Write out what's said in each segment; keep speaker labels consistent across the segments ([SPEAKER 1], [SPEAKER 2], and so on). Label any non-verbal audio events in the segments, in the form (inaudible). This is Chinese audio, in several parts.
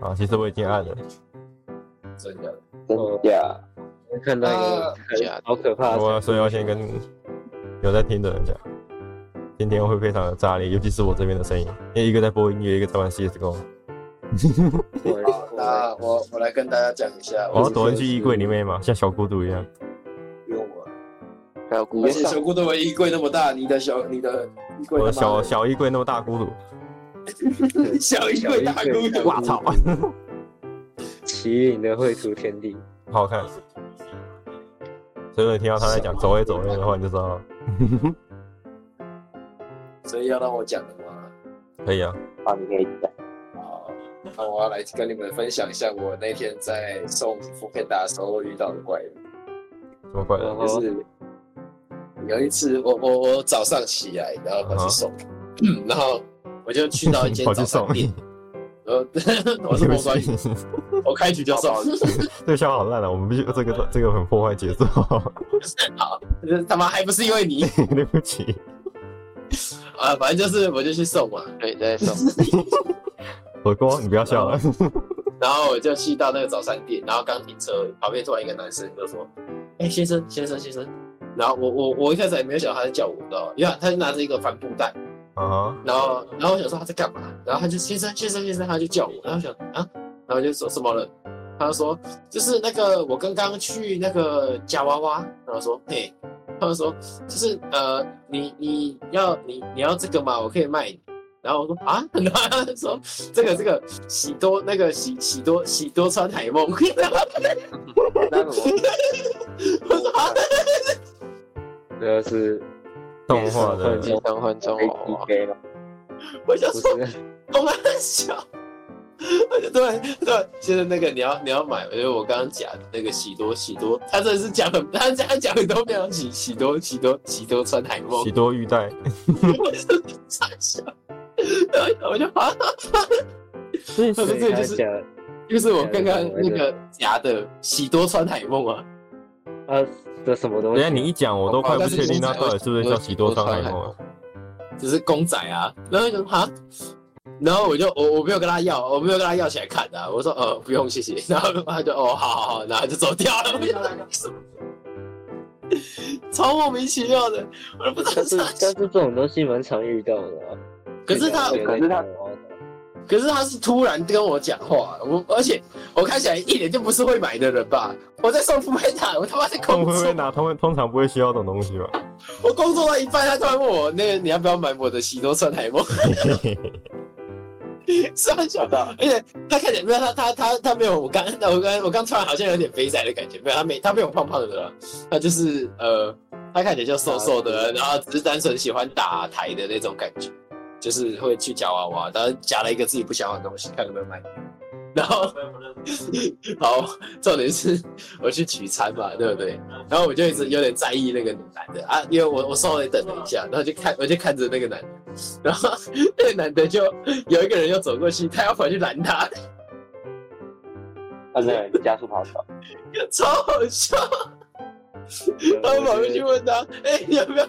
[SPEAKER 1] 啊，其实我已经按了，
[SPEAKER 2] 真的
[SPEAKER 3] 真假？
[SPEAKER 4] 看到一个
[SPEAKER 3] 假
[SPEAKER 4] 嗯啊很好可怕的，
[SPEAKER 1] 我所以要先跟有在听的人讲，今天会非常的炸裂，尤其是我这边的声音，因为一个在播音乐，一个在玩 CSGO，
[SPEAKER 2] 好，那我我来跟大家讲一下，
[SPEAKER 1] 我要躲进去衣柜里面嘛，像小孤独一样。
[SPEAKER 2] 不用我，
[SPEAKER 3] 还有姑
[SPEAKER 2] 而且小姑的衣柜那么大，你的小你的衣柜
[SPEAKER 1] 我的
[SPEAKER 2] 他妈的
[SPEAKER 1] 小小衣柜那么大孤独，
[SPEAKER 2] 小衣柜大姑的，
[SPEAKER 1] 哇操，
[SPEAKER 4] (laughs) 麒麟的绘图天地，
[SPEAKER 1] 好好看。所以你听到他在讲走位走位的话，你就知道了
[SPEAKER 2] 所以要让我讲的吗？
[SPEAKER 1] 可以啊。
[SPEAKER 3] 好，你可以讲。
[SPEAKER 2] 好，那我要来跟你们分享一下我那天在送福佩达的时候遇到的怪人，
[SPEAKER 1] 什么怪人？
[SPEAKER 4] 然
[SPEAKER 2] 就
[SPEAKER 4] 后
[SPEAKER 1] 哦
[SPEAKER 2] 是有一次我我我早上起来，然后跑去送，然后我就去到一间
[SPEAKER 1] 啊 (laughs) 跑去
[SPEAKER 2] 早
[SPEAKER 1] 送
[SPEAKER 2] 餐店，然后 (laughs) 我是魔关羽，我开局就送。
[SPEAKER 1] (laughs) 这个笑话好烂啊！我们必须这个这个很破坏节奏，
[SPEAKER 2] (laughs)
[SPEAKER 1] (laughs)
[SPEAKER 2] 就是他妈还不是因为你
[SPEAKER 1] 对不起。
[SPEAKER 2] 啊，反正就是我就去送嘛，
[SPEAKER 3] 对，再送。
[SPEAKER 1] 火锅，你不要笑了。
[SPEAKER 2] (laughs) 然后我就去到那个早餐店，然后刚停车，旁边突然一个男生就说：“哎、先生，先生，先生。”然后我我我一开始也没有想到他在叫我，你知道吗？因为他就拿着一个帆布袋，
[SPEAKER 1] (laughs) 啊哈，
[SPEAKER 2] 然后然后我想说他在干嘛，然后他就先生先生先生，他就叫我，然后我想啊，然后我就说什么了，他就说就是那个我刚刚去那个夹娃娃，然后说嘿，他就说就是呃你你要你你要这个吗？我可以卖你。然后我说啊，然后他就说这个这个喜多那个喜喜多喜多川海梦， (laughs)
[SPEAKER 4] 那我这是
[SPEAKER 1] 动画
[SPEAKER 2] (laughs)
[SPEAKER 1] 的
[SPEAKER 3] 即将换中华，
[SPEAKER 4] APK 了，
[SPEAKER 2] 我想
[SPEAKER 4] 不 (laughs)
[SPEAKER 2] 说
[SPEAKER 4] 是？
[SPEAKER 2] 我们很小。 (laughs) 对对，就是那个你要你要买，因为我刚刚讲的那个喜多喜多，他真的是讲很，他这样讲很多遍，喜喜多喜多喜多川海梦
[SPEAKER 1] 喜，多玉带，
[SPEAKER 2] 我真的傻笑， (laughs) 然后我就啊，
[SPEAKER 1] 这
[SPEAKER 2] (laughs) 不是这就是
[SPEAKER 4] 假
[SPEAKER 2] 就是我刚刚那个夹的喜多川海梦啊，
[SPEAKER 4] 啊，这什么东
[SPEAKER 1] 等一
[SPEAKER 4] 西
[SPEAKER 1] 下？你一讲，我都快不确定他到底是不是叫喜多张海梦了。
[SPEAKER 2] 只是公仔啊，然后就哈，然后我就我我没有跟他要，我没有跟他要起来看的啊、我说呃不用谢谢， (laughs) 然后他就哦好好好，然后就走掉了，我 (laughs) 想说什么超莫名其妙的，我都不知道
[SPEAKER 4] 但是
[SPEAKER 2] 是啥。
[SPEAKER 4] 但是这种东西蛮常遇到的啊。
[SPEAKER 2] 可是他，
[SPEAKER 4] 对
[SPEAKER 3] 可是他，
[SPEAKER 2] 可是他是突然跟我讲话，我而且我看起来一点就不是会买的人吧？我在送福贝塔，我他妈在
[SPEAKER 1] 他
[SPEAKER 2] 工
[SPEAKER 1] 们会不会
[SPEAKER 2] 作，
[SPEAKER 1] 拿？他们通常不会需要这种东西吧？
[SPEAKER 2] 我工作到一半，他突然问我那个你要不要买我的喜多川海梦？三小
[SPEAKER 3] 到
[SPEAKER 2] 而且他看起来没有他他他他没有我刚我刚我刚突然好像有点肥仔的感觉，没有他没他没有胖胖的啦，他就是呃他看起来就瘦瘦的，然后只是单纯喜欢打台的那种感觉，就是会去夹娃娃，但是夹了一个自己不想要的东西，看有没有卖。然后 (laughs) 好，重点是我去取餐嘛，对不对？然后我就一直有点在意那个男的啊，因为我我稍微等了一下，然后就看我就看着那个男的，然后 (laughs) 那个男的就有一个人又走过去，他要跑去拦他， (laughs)
[SPEAKER 3] 他那个加速跑走。
[SPEAKER 2] 超好笑。他
[SPEAKER 4] 我
[SPEAKER 2] 跑过去问他：“ (laughs) 哎、你要不要？”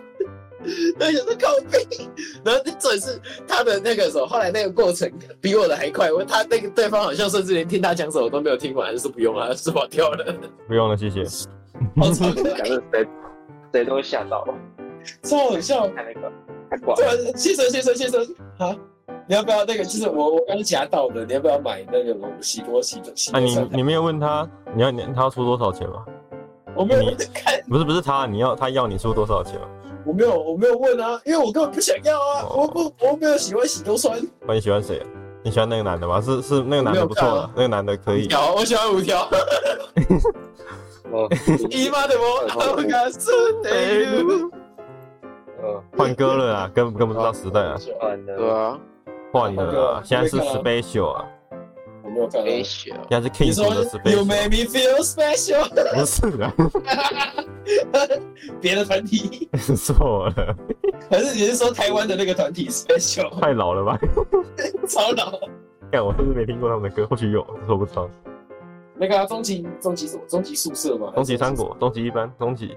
[SPEAKER 2] 他想说靠背， (laughs) 然后这是他的那个什么，后来那个过程比我的还快。我他那个对方好像甚至连听他讲什么都没有听完，就说不用啊了，他就跑掉
[SPEAKER 1] (laughs)
[SPEAKER 2] 了。
[SPEAKER 1] 不用了，谢谢。
[SPEAKER 2] 好超
[SPEAKER 3] 讲的谁谁都会吓到，
[SPEAKER 2] 超好笑。
[SPEAKER 3] 看那个太挂
[SPEAKER 2] 对啊，先生先生先生啊，你要不要那个？就是我我刚夹到的，你要不要买那个我们喜多喜的喜
[SPEAKER 1] 啊，
[SPEAKER 2] 多
[SPEAKER 1] 你
[SPEAKER 2] 酸奶？
[SPEAKER 1] 你没有问他，你要你他要出多少钱吗？
[SPEAKER 2] 我没有
[SPEAKER 1] 你
[SPEAKER 2] 看，
[SPEAKER 1] 不是不是他，你要他要你出多少钱吗？
[SPEAKER 2] 我没有我没有问啊，因为我根本不想要啊，我不我没有喜欢喜多酸。
[SPEAKER 1] 那你喜欢谁啊？你喜欢那个男的吗？是是那个男的不错
[SPEAKER 2] 没有看
[SPEAKER 1] 的
[SPEAKER 2] 啊，
[SPEAKER 1] 那个男的可以。
[SPEAKER 2] 条，我喜欢五 (laughs) 条。
[SPEAKER 4] 哦，
[SPEAKER 2] 姨妈的我，我敢说
[SPEAKER 1] 哎
[SPEAKER 2] 的。
[SPEAKER 4] 哦，
[SPEAKER 1] 换歌了啊，跟跟不上时代啊，
[SPEAKER 2] (laughs)
[SPEAKER 4] 完
[SPEAKER 3] 对
[SPEAKER 4] 了，
[SPEAKER 3] 啊，
[SPEAKER 1] 换了啊，现在是
[SPEAKER 2] 没看啊
[SPEAKER 1] special 啊，
[SPEAKER 2] 我没有看到。
[SPEAKER 1] 哎
[SPEAKER 2] 啊
[SPEAKER 3] 没血，
[SPEAKER 1] 现在是
[SPEAKER 2] 你
[SPEAKER 1] King
[SPEAKER 2] 说
[SPEAKER 1] 的
[SPEAKER 2] You
[SPEAKER 1] special，
[SPEAKER 2] make me feel special，
[SPEAKER 1] 不是啊， (laughs)
[SPEAKER 2] 别的团 (laughs) 体，
[SPEAKER 1] 错了，
[SPEAKER 2] 还是你是说台湾的那个团体 special？ (laughs)
[SPEAKER 1] 太老了吧？ (laughs)
[SPEAKER 2] 超老。
[SPEAKER 1] 看我是不是没听过他们的歌？或许有，但是我不知道。
[SPEAKER 2] 那个啊终极终极什么？终极宿舍吗？
[SPEAKER 1] 终极三国，终极一班，终极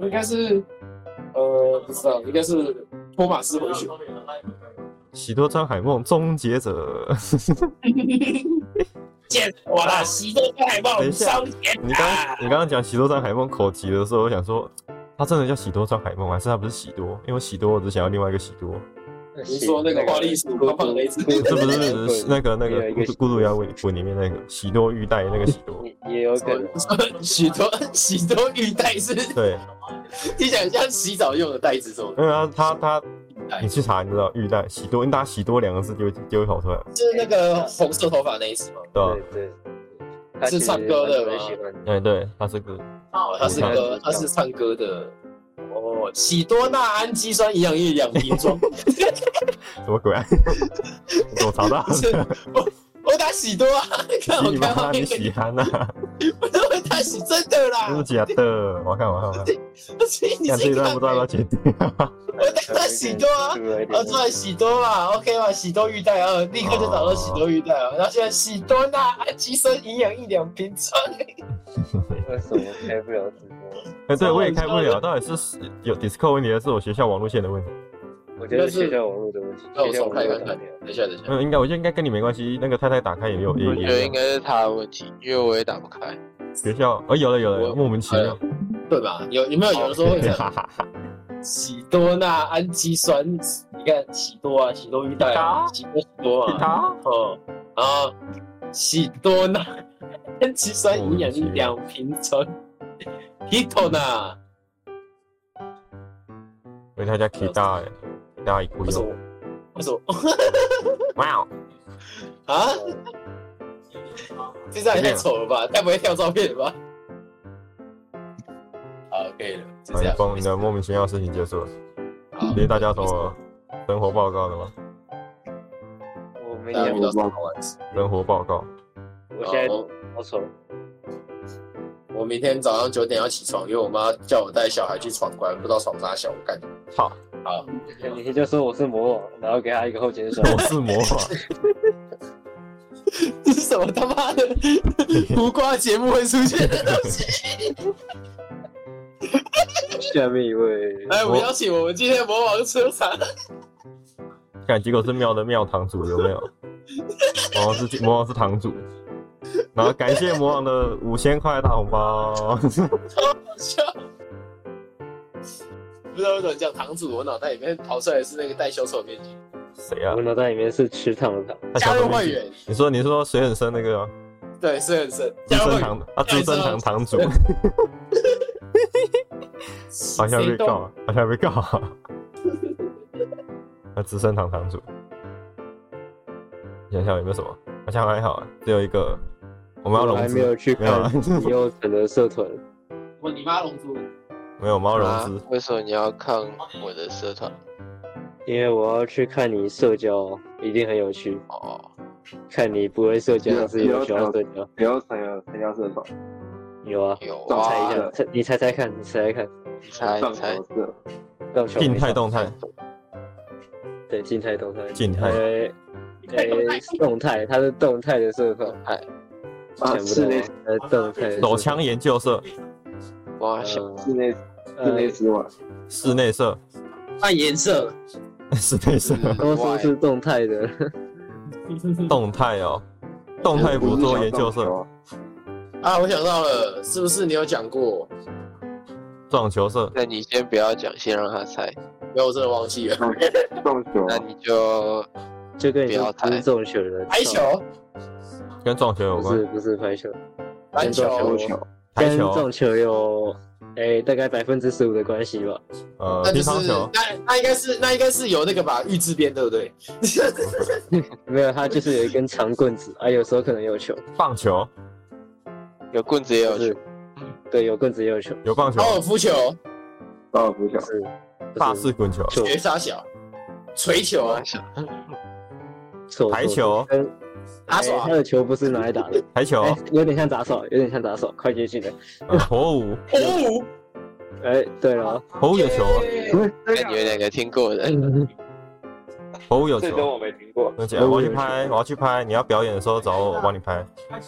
[SPEAKER 2] 应该是，呃，不知道，应该是托马斯回旋。
[SPEAKER 1] 喜多张海梦，终结者。
[SPEAKER 2] 见我了，喜多山海
[SPEAKER 1] 等
[SPEAKER 2] 梦
[SPEAKER 1] 一下
[SPEAKER 2] 双田
[SPEAKER 1] (laughs) 你刚
[SPEAKER 2] 啊！
[SPEAKER 1] 你刚刚讲喜多张海梦口急的时候，我想说，他真的叫喜多张海梦，还是他不是喜多？因为喜多我只想要另外一个喜多，
[SPEAKER 2] 你说那个暴力鼠胖胖的一只，
[SPEAKER 1] 这不是那个那个
[SPEAKER 4] 对
[SPEAKER 1] 孤独孤独摇滚滚里面那个喜多玉带那个喜
[SPEAKER 4] (laughs)
[SPEAKER 1] 多？
[SPEAKER 4] 也也有可能，
[SPEAKER 1] 哦
[SPEAKER 2] 许多 (laughs) 许多浴袋是，
[SPEAKER 1] 对，
[SPEAKER 2] 你想像洗澡用的袋子这种，
[SPEAKER 1] 因为他他他，你去查你知道玉带喜多，你打喜多两个字就会就会跑出来，
[SPEAKER 2] 就是那个红色头发那一只吗？
[SPEAKER 1] 对吧？
[SPEAKER 4] 对对，
[SPEAKER 2] 是唱歌的
[SPEAKER 4] 很
[SPEAKER 2] 吗
[SPEAKER 4] 喜
[SPEAKER 2] (laughs)
[SPEAKER 4] 欢
[SPEAKER 1] 哎、对，他是个
[SPEAKER 2] 哦，他是歌，他是唱歌的。哦，喜多那氨基酸营养液两瓶装。
[SPEAKER 1] 什么鬼、啊？ (laughs) 你怎么查到
[SPEAKER 2] 不是
[SPEAKER 1] 的？
[SPEAKER 2] 我我打喜多啊，看我
[SPEAKER 1] 你
[SPEAKER 2] 看
[SPEAKER 1] 妈
[SPEAKER 2] 画
[SPEAKER 1] 你
[SPEAKER 2] 面给
[SPEAKER 1] 喜
[SPEAKER 2] 你，
[SPEAKER 1] 憨呐、啊？
[SPEAKER 2] 我都会打喜真的
[SPEAKER 1] 真
[SPEAKER 2] (laughs) 啦
[SPEAKER 1] 的。假的？我看我看我看，(laughs)
[SPEAKER 2] 所以你
[SPEAKER 1] 看这
[SPEAKER 2] 是
[SPEAKER 1] 一段不知道要不要剪掉。
[SPEAKER 2] 我打到喜多啊，我出来喜多嘛，OK 嘛，喜多玉带啊，立刻就找到喜多玉带啊。然后现在喜多那氨基酸营养液两瓶装。
[SPEAKER 4] 为什么开不了直播？
[SPEAKER 1] 哎、 (laughs) 对，我也开不了，到底是有 Discord 问题，还是我学校网路线的问题？
[SPEAKER 4] 我觉得学校网络的问题，
[SPEAKER 2] 那
[SPEAKER 4] 学
[SPEAKER 2] 我
[SPEAKER 4] 校
[SPEAKER 2] 重
[SPEAKER 4] 网
[SPEAKER 2] 开
[SPEAKER 4] 络
[SPEAKER 2] 看
[SPEAKER 4] 的问
[SPEAKER 2] 看
[SPEAKER 4] 题。，
[SPEAKER 2] 等一下等一下，
[SPEAKER 1] 嗯，应该，我觉得应该跟你没关系。那个太太打开也有，也
[SPEAKER 3] 我觉得
[SPEAKER 1] 也
[SPEAKER 3] 应该是他的问题，因为我也打不开。
[SPEAKER 1] 学校，哦，有了有了，
[SPEAKER 2] 我
[SPEAKER 1] 莫名其妙。
[SPEAKER 2] 对吧？有有没有有的时候会这
[SPEAKER 1] (laughs)
[SPEAKER 2] 样？
[SPEAKER 1] 哈哈哈，
[SPEAKER 2] 喜多那氨基酸，你看喜多啊，喜多玉带啊，喜多喜多啊， (laughs)
[SPEAKER 1] 他
[SPEAKER 2] 哦，然后喜多那氨基酸营养液两瓶啊装，Hito 呢？
[SPEAKER 1] 为他家 K 大哎，大一哭
[SPEAKER 2] 为什
[SPEAKER 1] 哟。
[SPEAKER 2] 么？为什么？
[SPEAKER 1] 哇哦，
[SPEAKER 2] 啊？这张也太丑了吧？该不会跳照片了吧？好，可以了，就这
[SPEAKER 1] 你
[SPEAKER 2] 样。
[SPEAKER 1] 帮你的莫名其妙的事情结束了。
[SPEAKER 2] 好
[SPEAKER 1] 因为大家有什么生活报告的吗？
[SPEAKER 4] 我没
[SPEAKER 2] 大家
[SPEAKER 4] 讲
[SPEAKER 2] 遇
[SPEAKER 4] 过，
[SPEAKER 2] 到什么好玩的事？
[SPEAKER 1] 生活报告，
[SPEAKER 4] 我现在
[SPEAKER 2] 好
[SPEAKER 4] 好丑，
[SPEAKER 2] 我明天早上九点要起床，因为我妈叫我带小孩去闯关，不知道闯啥小，我干。
[SPEAKER 1] 操，
[SPEAKER 2] 好，
[SPEAKER 4] 你就说我是魔王，然后给他一个后肩摔，
[SPEAKER 1] 我是魔法。
[SPEAKER 2] 这是什么他妈的胡瓜节目会出现的东西？
[SPEAKER 4] 下面一位，
[SPEAKER 2] 哎，我
[SPEAKER 1] 我
[SPEAKER 2] 们邀请我们今天的魔王车长，
[SPEAKER 1] 看结果是庙的庙堂主有没
[SPEAKER 2] (laughs)
[SPEAKER 1] 有？魔王是魔王是堂主，然后感谢魔王的五千块大红
[SPEAKER 2] (laughs)
[SPEAKER 1] 包。
[SPEAKER 2] 笑不知道为什么讲堂主，我脑袋里面跑出来的是那个戴小丑面具。
[SPEAKER 1] 谁啊
[SPEAKER 4] 我？脑袋里面是池塘的塘，
[SPEAKER 1] 他
[SPEAKER 2] 加
[SPEAKER 1] 想
[SPEAKER 2] 入
[SPEAKER 1] 怎么
[SPEAKER 2] 会
[SPEAKER 1] 去
[SPEAKER 2] 员，
[SPEAKER 1] 你说你说水很深那个啊
[SPEAKER 2] 对，是很深。
[SPEAKER 1] 资
[SPEAKER 2] 加入
[SPEAKER 1] 生
[SPEAKER 2] 会员，
[SPEAKER 1] 堂啊资生堂堂
[SPEAKER 2] (laughs)
[SPEAKER 1] 主，好像被
[SPEAKER 2] 谁动 (laughs)
[SPEAKER 1] 告，啊好像被告。 (laughs) 那资生堂堂主，想想有没有什么？好像还好啊，只有一个我们要
[SPEAKER 4] 我
[SPEAKER 1] 融
[SPEAKER 4] 还
[SPEAKER 1] 资，
[SPEAKER 4] 没有去
[SPEAKER 1] 没有啊
[SPEAKER 4] 看李幼成的社团，
[SPEAKER 2] 我你妈龙珠。
[SPEAKER 1] 没有我们要
[SPEAKER 3] 啊
[SPEAKER 1] 融资，
[SPEAKER 3] 为什么你要看我的社团？
[SPEAKER 4] 因为我要去看你社交，一定很有趣，
[SPEAKER 3] 哦，
[SPEAKER 4] 看你不会社交还是有喜欢社交，
[SPEAKER 3] 刘成有参加社团，
[SPEAKER 4] 有啊，
[SPEAKER 3] 有
[SPEAKER 4] 你猜一
[SPEAKER 3] 啊，
[SPEAKER 4] 下，猜你猜猜看，你猜猜看，
[SPEAKER 3] 你猜你猜，
[SPEAKER 5] 色，
[SPEAKER 4] 棒
[SPEAKER 2] 啊
[SPEAKER 4] 球没
[SPEAKER 1] 静态
[SPEAKER 4] 上
[SPEAKER 1] 动态，
[SPEAKER 4] 对静态动态，
[SPEAKER 1] 静态
[SPEAKER 4] 呃呃动态，它是动态的社团，
[SPEAKER 3] 哎，
[SPEAKER 4] 想不
[SPEAKER 5] 啊室内
[SPEAKER 4] 到，呃动态的社团
[SPEAKER 1] 手枪研究社、
[SPEAKER 3] 我想
[SPEAKER 5] 室
[SPEAKER 4] 呃
[SPEAKER 5] 内室内丝袜，
[SPEAKER 1] 室内社、 (laughs)
[SPEAKER 2] 按颜色，
[SPEAKER 1] 室内社。
[SPEAKER 4] 呃
[SPEAKER 2] 嗯
[SPEAKER 4] 都说是动态的， (laughs)
[SPEAKER 1] 动态哦，动态捕捉研究社、
[SPEAKER 2] 啊，我想到了，是不是你有讲过？
[SPEAKER 1] 撞球社、
[SPEAKER 3] 那你先不要讲，先让他猜。
[SPEAKER 2] 没有，我真的忘记了。
[SPEAKER 5] 撞球
[SPEAKER 3] 那你就嗯
[SPEAKER 4] 就跟你
[SPEAKER 3] 不
[SPEAKER 4] 说
[SPEAKER 3] 要
[SPEAKER 4] 不
[SPEAKER 3] 猜
[SPEAKER 4] 是中学的
[SPEAKER 2] 排球，
[SPEAKER 1] 跟撞球有
[SPEAKER 4] 不
[SPEAKER 1] 关
[SPEAKER 4] 是，不是排球，
[SPEAKER 2] 篮球
[SPEAKER 5] 桌，球
[SPEAKER 1] 台
[SPEAKER 2] 啊
[SPEAKER 4] 跟
[SPEAKER 1] 球
[SPEAKER 4] 撞、球有
[SPEAKER 2] 嗯
[SPEAKER 4] 诶、大概百分之十五的关系吧。
[SPEAKER 1] 呃
[SPEAKER 2] 那
[SPEAKER 1] 乒
[SPEAKER 2] 就是
[SPEAKER 1] 乓球、
[SPEAKER 2] 那那应该是那应该是有那个吧，预制边对不对？
[SPEAKER 4] 没有，它就是有一根长棍
[SPEAKER 2] (laughs)
[SPEAKER 4] 子啊，有时候可能有球，
[SPEAKER 1] 棒球、
[SPEAKER 3] 有棍子也有
[SPEAKER 4] 就
[SPEAKER 3] 球
[SPEAKER 4] 是，对，有棍子也有球，
[SPEAKER 1] 有棒球、
[SPEAKER 2] 高尔夫球、
[SPEAKER 5] 高尔夫球
[SPEAKER 4] 就，是
[SPEAKER 1] 大式滚球、
[SPEAKER 4] 球
[SPEAKER 2] 绝杀小、锤球、
[SPEAKER 3] 我想
[SPEAKER 4] 错
[SPEAKER 1] 排球
[SPEAKER 4] 跟
[SPEAKER 2] 打啊哦
[SPEAKER 4] 诶
[SPEAKER 2] 耍
[SPEAKER 3] 哎
[SPEAKER 4] 它、的球不是拿来打的，
[SPEAKER 1] 台球
[SPEAKER 4] 哎、、有点像杂耍，有点像杂耍，快接近了。
[SPEAKER 1] 呃火舞、
[SPEAKER 2] 火舞。
[SPEAKER 4] 哎、对了，
[SPEAKER 1] 火舞有球、
[SPEAKER 2] 耶
[SPEAKER 3] 那你们两个听过
[SPEAKER 4] (laughs)
[SPEAKER 2] 哦
[SPEAKER 3] 的，
[SPEAKER 1] 火舞有
[SPEAKER 3] 这跟
[SPEAKER 1] 球。
[SPEAKER 3] 我没听过。
[SPEAKER 1] 那姐，我要去拍，我要去拍。你要表演的时候找我，我帮你拍。
[SPEAKER 2] (laughs)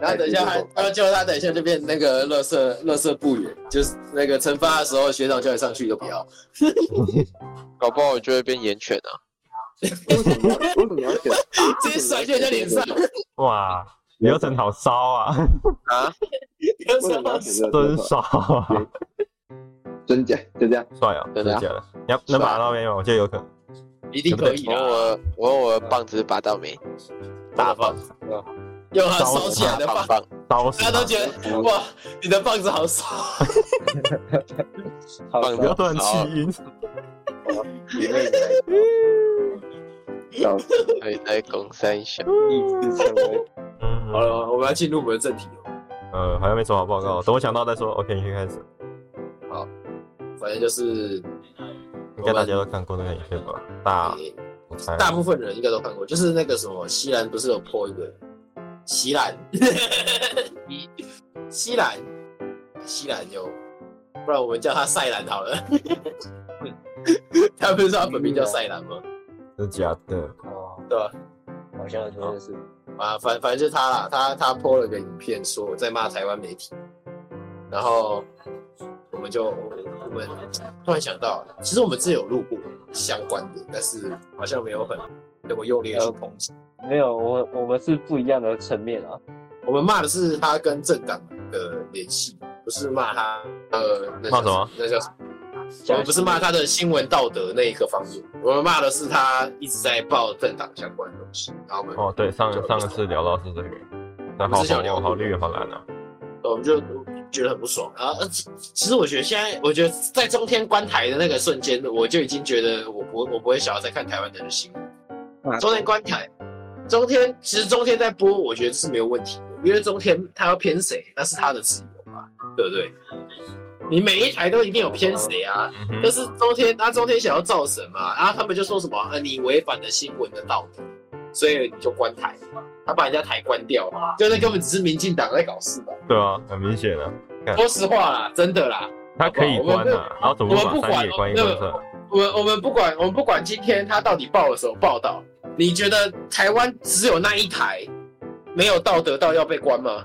[SPEAKER 2] 然后等一下还，他就他等一下就变那个乐色乐色不远，就是那个惩罚的时候，学长叫你上去都不要。
[SPEAKER 3] 搞不好我就会变岩犬啊！
[SPEAKER 5] 为什么要为什么要选？
[SPEAKER 2] 直接甩去人家脸上，
[SPEAKER 1] 哇，流程好骚啊，
[SPEAKER 3] 啊，
[SPEAKER 2] 有
[SPEAKER 5] 为
[SPEAKER 2] 什
[SPEAKER 5] 什么要
[SPEAKER 2] 么？
[SPEAKER 5] 选这
[SPEAKER 1] 真
[SPEAKER 5] 个？
[SPEAKER 1] 骚啊，
[SPEAKER 5] 真假就这样，
[SPEAKER 1] 帅啊，真的假的？你要能把到没有？我觉得有可能。
[SPEAKER 2] 一定可以啊
[SPEAKER 3] 我用
[SPEAKER 2] 的，
[SPEAKER 3] 我我用我的棒子拔
[SPEAKER 2] (laughs)
[SPEAKER 3] 到没？
[SPEAKER 2] 大棒，用它啊烧起来
[SPEAKER 3] 大
[SPEAKER 2] 的棒
[SPEAKER 3] 棒，棒，
[SPEAKER 1] 刀
[SPEAKER 2] 大家
[SPEAKER 1] 死
[SPEAKER 2] 都
[SPEAKER 1] 他！
[SPEAKER 2] 觉得哇，你的棒子好烧，
[SPEAKER 4] 好
[SPEAKER 3] 棒
[SPEAKER 1] 不
[SPEAKER 4] 的
[SPEAKER 1] 要乱气音，
[SPEAKER 4] 一辈子
[SPEAKER 5] 笑死！
[SPEAKER 3] 可以在拱
[SPEAKER 2] (laughs)
[SPEAKER 3] 三小。
[SPEAKER 4] 立志成为
[SPEAKER 1] 嗯，
[SPEAKER 2] 好了，我们要进入我们的正题哦了。
[SPEAKER 1] 呃，好像没做好报告，等我想到再说。OK，你先开始，
[SPEAKER 2] 反正就是
[SPEAKER 1] 应该大家都看过那个影片吧？大，
[SPEAKER 2] 诶
[SPEAKER 1] 我猜
[SPEAKER 2] 呃大部分人应该都看过，就是那个什么西兰不是有破一个西兰， (laughs) 西兰，西兰有，不然我们叫他赛兰好了。 (laughs) 他不是说他本名叫赛兰吗？
[SPEAKER 1] 是假的，
[SPEAKER 4] 哦，
[SPEAKER 2] 对啊吧？
[SPEAKER 4] 好像真的是
[SPEAKER 2] 啊，反反正就是他啦，他他 po 了个影片说我在骂台湾媒体，然后我们就我们突然想到，其实我们之前有录过相关的，但是好像没有很那么用力的
[SPEAKER 1] 嗯
[SPEAKER 2] 去抨击。
[SPEAKER 4] 没有我我们是不一样的层面啊。
[SPEAKER 2] 我们骂的是他跟政党的联系，不是骂他呃那叫
[SPEAKER 1] 骂什么？
[SPEAKER 2] 那叫什么我们不是骂他的新闻道德那一个方面，我们骂的是他一直在报政党相关的东西。然后我们
[SPEAKER 1] 哦，对，上上次聊到是这个，但好红好绿好蓝啊，
[SPEAKER 2] 我们就觉得很不爽。然后，呃其其实我觉得现在，我觉得在中天观台的那个瞬间，我就已经觉得我不我不会想要再看台湾的新闻。中天观台，中天其实中天在播，我觉得是没有问题的，因为中天他要偏谁，那是他的自由嘛，对不对？你每一台都一定有偏谁啊，
[SPEAKER 1] 嗯
[SPEAKER 2] 但
[SPEAKER 1] 哼，
[SPEAKER 2] 是中天，他、中天想要造神嘛，然后他们就说什么，呃，你违反了新闻的道德，所以你就关台嘛，他把人家台关掉嘛，就那根本只是民进党在搞事吧。
[SPEAKER 1] 对啊，很明显啊，
[SPEAKER 2] (laughs) 说实话啦，真的啦，
[SPEAKER 1] 他可
[SPEAKER 2] 哦
[SPEAKER 1] 以关啊，然后怎么把三也关一关这？
[SPEAKER 2] 我们我们不管我们不管今天他到底报了什么报道，你觉得台湾只有那一台没有道德到要被关吗？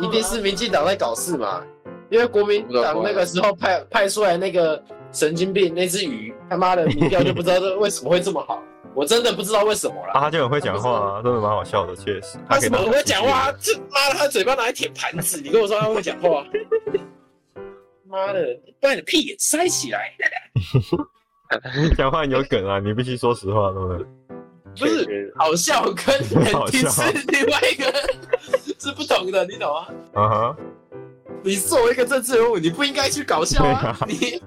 [SPEAKER 2] 一定是民进党在搞事嘛，因为国民党那个时候派派出来那个神经病那只鱼，他妈的民调就不知道为什么会这么 (laughs) 好，我真的不知道为什么啦
[SPEAKER 1] 啊，。他就很会讲话啊，真的蛮好笑的，确实。
[SPEAKER 2] 他什么会讲话？？啊这妈的，他嘴巴拿来舔盘子，你跟我说他会讲 (laughs) 话？妈的，把你的屁眼塞起来！
[SPEAKER 1] (laughs) 讲话很有梗啊，你必须说实话，对不对？
[SPEAKER 2] 不是
[SPEAKER 4] 是
[SPEAKER 2] 好笑跟很听是另外一个是不同的，你懂吗？
[SPEAKER 1] 啊哈，
[SPEAKER 2] 你作为一个政治人物，你不应该去搞笑啊！你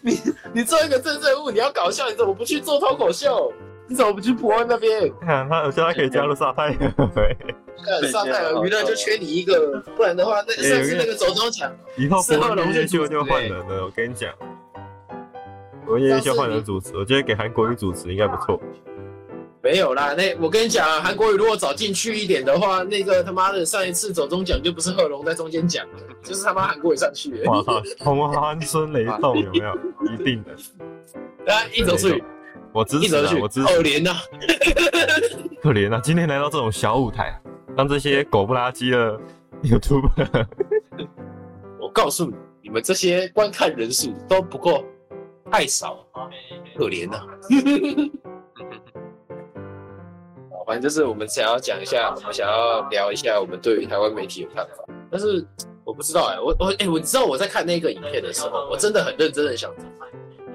[SPEAKER 2] 你你作为一个政治人物，你要搞笑，你怎么不去做脱口秀？你怎么不去博恩那边？
[SPEAKER 1] 看他，我觉得他可以加入沙太尔，
[SPEAKER 2] 呃上海娱乐就缺你一个，不然的话，那
[SPEAKER 1] 哎
[SPEAKER 2] 上
[SPEAKER 1] 有
[SPEAKER 2] 次
[SPEAKER 1] 一个
[SPEAKER 2] 那个走中奖，
[SPEAKER 1] 以后播音乐秀就
[SPEAKER 2] 欸
[SPEAKER 1] 换人了，我跟你讲。播音乐秀换人主持，我觉得给韩国瑜主持应该不错。
[SPEAKER 2] 没有啦，那我跟你讲、啊，韩国语如果早进去一点的话，那个他妈的上一次走中奖就不是贺龙在中间讲了，就是他妈韩国语上
[SPEAKER 1] (laughs)
[SPEAKER 2] 去了，
[SPEAKER 1] 我操，
[SPEAKER 2] (laughs)
[SPEAKER 1] 红欢孙雷动有没有？一定的，
[SPEAKER 2] 啊，一走出去，
[SPEAKER 1] 我支
[SPEAKER 2] 一
[SPEAKER 1] 持啊
[SPEAKER 2] 走出去，，哦
[SPEAKER 1] 我支
[SPEAKER 2] 可
[SPEAKER 1] 持。
[SPEAKER 2] 怜呐，
[SPEAKER 1] 可怜啊，今天来到这种小舞台，让这些狗不拉几的 (laughs) YouTube
[SPEAKER 2] 我告诉你，你们这些观看人数都不够，太少，啊可怜呐、 (laughs) 好反正就是我们想要讲一下，我们想要聊一下我们对于台湾媒体的看法。但是我不知道哎、我我哎、我知道我在看那个影片的时候，我真的很认真的想，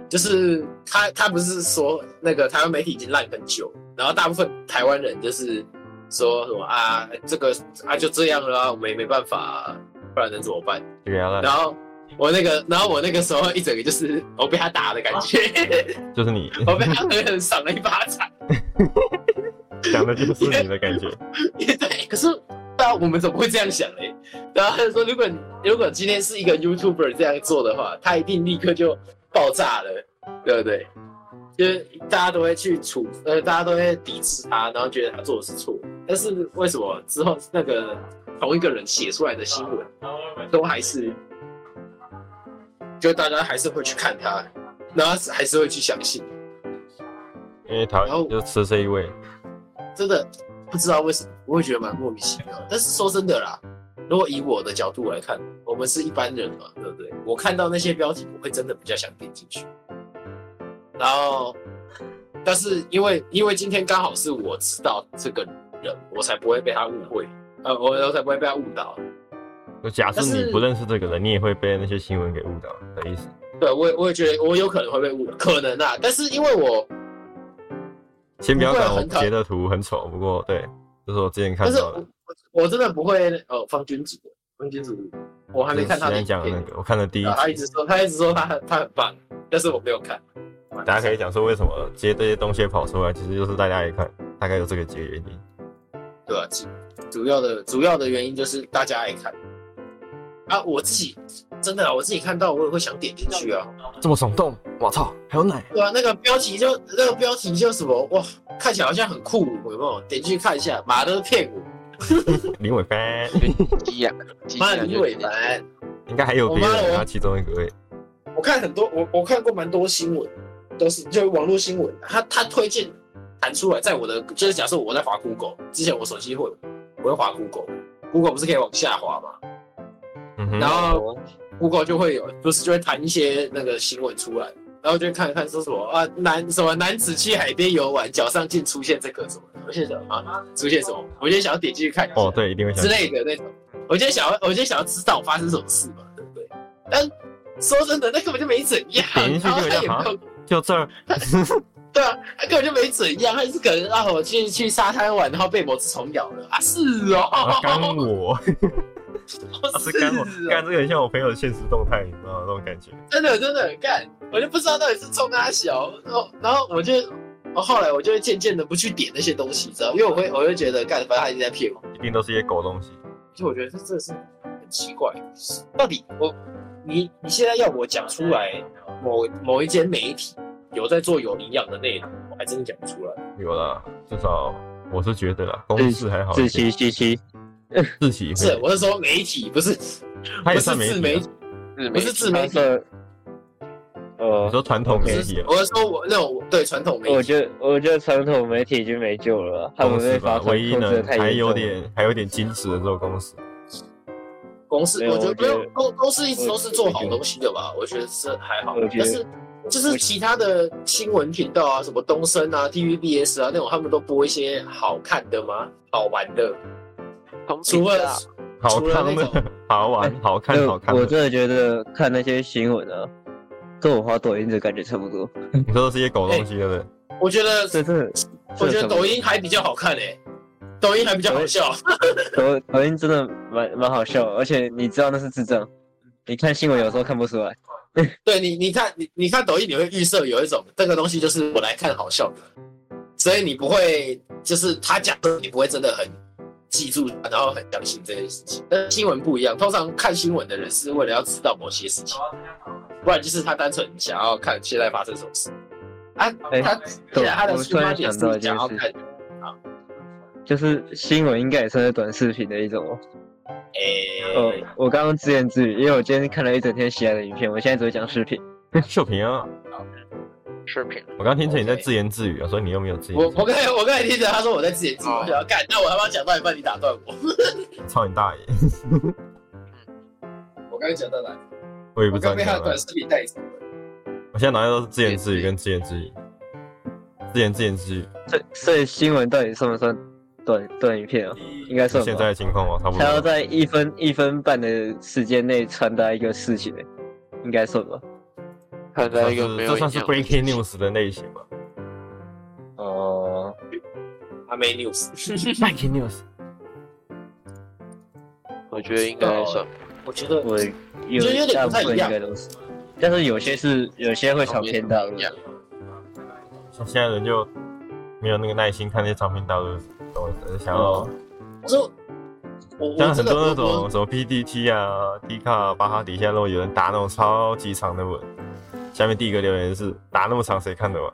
[SPEAKER 2] 就是他他不是说那个台湾媒体已经烂很久，然后大部分台湾人就是说什么啊这个啊就这样了、啊，我们也没办法、啊，不然能怎么办？
[SPEAKER 1] 原来
[SPEAKER 2] 然后我那个，然后我那个时候一整个就是我被他打的感觉，
[SPEAKER 1] 就是你
[SPEAKER 2] 我被他狠狠赏了一巴掌。
[SPEAKER 1] 讲的就是你的
[SPEAKER 2] (laughs)
[SPEAKER 1] 感觉，
[SPEAKER 2] 对，哎可是那我们怎么会这样想嘞？然后他就说，如果如果今天是一个 YouTuber 这样做的话，他一定立刻就爆炸了，对不对？就是大家都会去处，呃，大家都会抵制他，然后觉得他做的是错。但是为什么之后那个同一个人写出来的新闻，都还是，就大家还是会去看他，然后还是会去相信。
[SPEAKER 1] 因为台湾就吃这一味，
[SPEAKER 2] 真的不知道为什么，我会觉得蛮莫名其妙的。但是说真的啦，如果以我的角度来看，我们是一般人嘛，对不对？我看到那些标题，我会真的比较想点进去。然后但是因为因为今天刚好是我知道这个人，我才不会被他误会，呃，我我才不会被他误导。
[SPEAKER 1] 就假设
[SPEAKER 2] 但是
[SPEAKER 1] 你不认识这个人，你也会被那些新闻给误导的意思。
[SPEAKER 2] 对我也我也觉得我有可能会被误导，可能啊，但是因为我
[SPEAKER 1] 先不要
[SPEAKER 2] 不会
[SPEAKER 1] 管我
[SPEAKER 2] 很讨
[SPEAKER 1] 截的图很丑，不过对，这是我之前看
[SPEAKER 2] 但是
[SPEAKER 1] 到
[SPEAKER 2] 我
[SPEAKER 1] 的。
[SPEAKER 2] 我我真的不会呃方君子，方君子，我还没看他
[SPEAKER 1] 之前
[SPEAKER 2] 的影
[SPEAKER 1] 讲的那
[SPEAKER 2] 片，
[SPEAKER 1] 个，我看了第一
[SPEAKER 2] 啊他一
[SPEAKER 1] 集，
[SPEAKER 2] 直说他一直说他他很棒，但是我没有看。
[SPEAKER 1] 大家可以讲说为什么接这些东西跑出来，其实就是大家一看，大概有这个几个原因。
[SPEAKER 2] 对啊，主主要的主要的原因就是大家爱看啊，我自己真的啊，我自己看到我也会想点进去啊。
[SPEAKER 1] 这么耸动，我操，还有奶！
[SPEAKER 2] 对啊，那个标题就那个标题叫什么哇，看起来好像很酷，有没有？点进去看一下，妈的骗我，
[SPEAKER 1] 林伟帆
[SPEAKER 3] 鸡呀，鸡
[SPEAKER 2] 妈
[SPEAKER 3] 呀
[SPEAKER 2] 的
[SPEAKER 3] 就
[SPEAKER 2] 李伟凡。
[SPEAKER 1] 应该还有别
[SPEAKER 2] 我妈
[SPEAKER 1] 人，啊
[SPEAKER 2] 我
[SPEAKER 1] 他其中一个位。
[SPEAKER 2] 我看很多，我我看过蛮多新闻，都是就是网络新闻，他他推荐弹出来，在我的就是假设我在滑 Google，之前我手机会我会滑 Google，Google 不是可以往下滑吗？
[SPEAKER 1] 嗯
[SPEAKER 2] 然
[SPEAKER 1] 哼，
[SPEAKER 2] 后
[SPEAKER 4] 哦
[SPEAKER 2] Google 就会有，就是就会弹一些那个新闻出来，然后就看一看说什么啊男什么男子去海边游玩，脚上竟出现这个什么的，我就想啊出现什么，我就想要点进去看一下
[SPEAKER 1] 哦，对，一定会想
[SPEAKER 2] 之。类的那种，我就想要我就想要知道发生什么事嘛，对不对？但说真的，那根本就没怎样，
[SPEAKER 1] 点进
[SPEAKER 2] 然
[SPEAKER 1] 去就有
[SPEAKER 2] 后他也
[SPEAKER 1] 点
[SPEAKER 2] 没有，
[SPEAKER 1] 就这儿，
[SPEAKER 2] 对啊，他根本就没怎样，他就是可能让我去去沙滩玩，然后被某只虫咬了啊，是
[SPEAKER 1] 啊
[SPEAKER 2] (laughs) 哦，
[SPEAKER 1] 干我，啊是干我
[SPEAKER 2] 哦，
[SPEAKER 1] 干这个很像我朋友的现实动态，你知道吗？那种感觉。
[SPEAKER 2] 真的真的干，我就不知道到底是冲他小，然后然后我就，我后来我就会渐渐的不去点那些东西，你知道吗，因为我会我会觉得干，反正他一直在骗我，
[SPEAKER 1] 一定都是一些狗东西。
[SPEAKER 2] 就我觉得这真的是很奇怪，到底我你你现在要我讲出来某某一间媒体有在做有营养的内容，我还真的讲不出来。
[SPEAKER 1] 有啦，至少我是觉得啦，公式
[SPEAKER 2] 哦
[SPEAKER 1] 还好一
[SPEAKER 4] 自
[SPEAKER 1] 点。
[SPEAKER 4] 欺欺欺，
[SPEAKER 1] 自习
[SPEAKER 2] 是，
[SPEAKER 1] 会，
[SPEAKER 2] 我是说媒体，不是
[SPEAKER 1] 它也
[SPEAKER 2] 不
[SPEAKER 1] 算
[SPEAKER 2] 是
[SPEAKER 1] 媒
[SPEAKER 2] 自
[SPEAKER 1] 体
[SPEAKER 2] 媒
[SPEAKER 1] 啊
[SPEAKER 2] 体。，
[SPEAKER 3] 日
[SPEAKER 2] 不
[SPEAKER 3] 媒
[SPEAKER 2] 是自媒
[SPEAKER 4] 他
[SPEAKER 2] 体，
[SPEAKER 4] 说，
[SPEAKER 1] 你
[SPEAKER 4] 呃，
[SPEAKER 1] 说传统
[SPEAKER 2] 不
[SPEAKER 1] 媒体
[SPEAKER 2] 是
[SPEAKER 1] 啊，
[SPEAKER 2] 我是说我那种对传统媒体
[SPEAKER 4] 我。觉得我觉得传统媒体已经没救了啊，他们
[SPEAKER 1] 公
[SPEAKER 4] 被
[SPEAKER 1] 司
[SPEAKER 4] 法
[SPEAKER 1] 吧，
[SPEAKER 4] 统
[SPEAKER 1] 唯一
[SPEAKER 4] 控制的
[SPEAKER 1] 能
[SPEAKER 4] 太
[SPEAKER 1] 还
[SPEAKER 4] 严重
[SPEAKER 1] 有
[SPEAKER 4] 了。
[SPEAKER 1] 点还有点矜持的这种公司，
[SPEAKER 2] 公司，
[SPEAKER 4] 没有
[SPEAKER 2] 我觉
[SPEAKER 4] 我
[SPEAKER 2] 得没
[SPEAKER 4] 觉
[SPEAKER 2] 有
[SPEAKER 4] 得
[SPEAKER 2] 公公司一直都是做好东西的吧，我觉得是还好
[SPEAKER 4] 我。觉得
[SPEAKER 2] 但是就是其他的新闻频道啊，什么东升啊、TVBS 啊那种，他们都播一些好看的吗？好玩的，
[SPEAKER 3] 通
[SPEAKER 2] 除
[SPEAKER 3] 知
[SPEAKER 2] 了
[SPEAKER 3] 啊
[SPEAKER 1] 好
[SPEAKER 2] 除了
[SPEAKER 1] 看
[SPEAKER 2] 那
[SPEAKER 1] 的，好玩，好看，
[SPEAKER 4] 对
[SPEAKER 1] 好看
[SPEAKER 4] 我
[SPEAKER 1] 的。
[SPEAKER 4] 真的觉得看那些新闻啊，跟我滑抖音的感觉差不多。
[SPEAKER 1] 你说的是一些狗东西，对不对？
[SPEAKER 2] 我觉得
[SPEAKER 4] 这真的，
[SPEAKER 2] 我觉
[SPEAKER 4] 这
[SPEAKER 2] 得
[SPEAKER 4] 什么
[SPEAKER 2] 抖音还比较好看嘞，抖音还比较好笑。
[SPEAKER 4] 抖抖音真的蛮蛮好笑，而且你知道那是智障，你看新闻有时候看不出来。
[SPEAKER 2] (laughs) 对你，你看你你看抖音，你会预设有一种这个东西就是我来看好笑的，所以你不会就是他讲的，你不会真的很记住，然后很相信这件事情。但是新闻不一样，通常看新闻的人是为了要知道某些事情，不然就是他单纯想要看现在发生什么事。啊，
[SPEAKER 4] 哎
[SPEAKER 2] 他
[SPEAKER 4] 懂
[SPEAKER 2] 对啊他的
[SPEAKER 4] 我
[SPEAKER 2] 出
[SPEAKER 4] 突
[SPEAKER 2] 发
[SPEAKER 4] 然
[SPEAKER 2] 点
[SPEAKER 4] 想
[SPEAKER 2] 是
[SPEAKER 4] 到一件
[SPEAKER 2] 想要
[SPEAKER 4] 事
[SPEAKER 2] 看，
[SPEAKER 4] 就是新闻应该也算是短视频的一种哦。
[SPEAKER 2] 诶、
[SPEAKER 4] 呃，我刚刚自言自语，因为我今天看了一整天喜爱的影片，我现在只会讲视频。
[SPEAKER 1] (laughs) 秀萍啊，
[SPEAKER 3] 视频，
[SPEAKER 1] 我刚听成你在
[SPEAKER 2] OK
[SPEAKER 1] 自言自语啊，所以你又没有自
[SPEAKER 2] 我
[SPEAKER 1] 言自
[SPEAKER 2] 我刚才我刚才听着他说我在自言自语，
[SPEAKER 4] 哦
[SPEAKER 2] 我想要干，那我他妈讲到一半你打断我，
[SPEAKER 1] 语，操你大爷！
[SPEAKER 2] 我刚才讲到哪里？
[SPEAKER 1] 我也不
[SPEAKER 2] 我
[SPEAKER 1] 知道
[SPEAKER 2] 刚被
[SPEAKER 1] 你
[SPEAKER 2] 他的
[SPEAKER 1] 讲
[SPEAKER 2] 短
[SPEAKER 1] 了。
[SPEAKER 2] 视频带走。
[SPEAKER 1] 我现在脑袋都是自言自语跟自言自语，自言自言自语。
[SPEAKER 4] 所以所以新闻到底算不算短短影片啊？应该算吧。
[SPEAKER 1] 现在的情况嘛，差不
[SPEAKER 4] 他要
[SPEAKER 1] 多。
[SPEAKER 4] 在一分一分半的时间内传达一个事情，应该算吧？
[SPEAKER 3] 看到
[SPEAKER 1] 算
[SPEAKER 3] 一
[SPEAKER 1] 是
[SPEAKER 3] 个没有
[SPEAKER 1] 这算是
[SPEAKER 3] 营养
[SPEAKER 1] breaking news 的类型吧
[SPEAKER 4] 哦、
[SPEAKER 2] 阿妹 news，
[SPEAKER 1] ？breaking news。
[SPEAKER 3] 我觉得应该算
[SPEAKER 2] 我觉得
[SPEAKER 4] 我有
[SPEAKER 2] 觉得有点
[SPEAKER 4] 大
[SPEAKER 2] 不
[SPEAKER 4] 部
[SPEAKER 2] 太
[SPEAKER 4] 分
[SPEAKER 2] 一
[SPEAKER 4] 应
[SPEAKER 2] 样
[SPEAKER 4] 该都是，但是有些是有些会长篇大论。
[SPEAKER 1] 像现在人就没有那个耐心看那些长篇大论，懂我意思想要
[SPEAKER 2] 我说
[SPEAKER 1] 像
[SPEAKER 2] 我嗯我
[SPEAKER 1] 很
[SPEAKER 2] 真
[SPEAKER 1] 多
[SPEAKER 2] 的
[SPEAKER 1] 那
[SPEAKER 2] 我
[SPEAKER 1] 种
[SPEAKER 2] 我
[SPEAKER 1] 什么 PDT 啊、D 卡、巴哈底下，如果有人打那种超级长的文，下面第一个留言是打那么长谁看得完？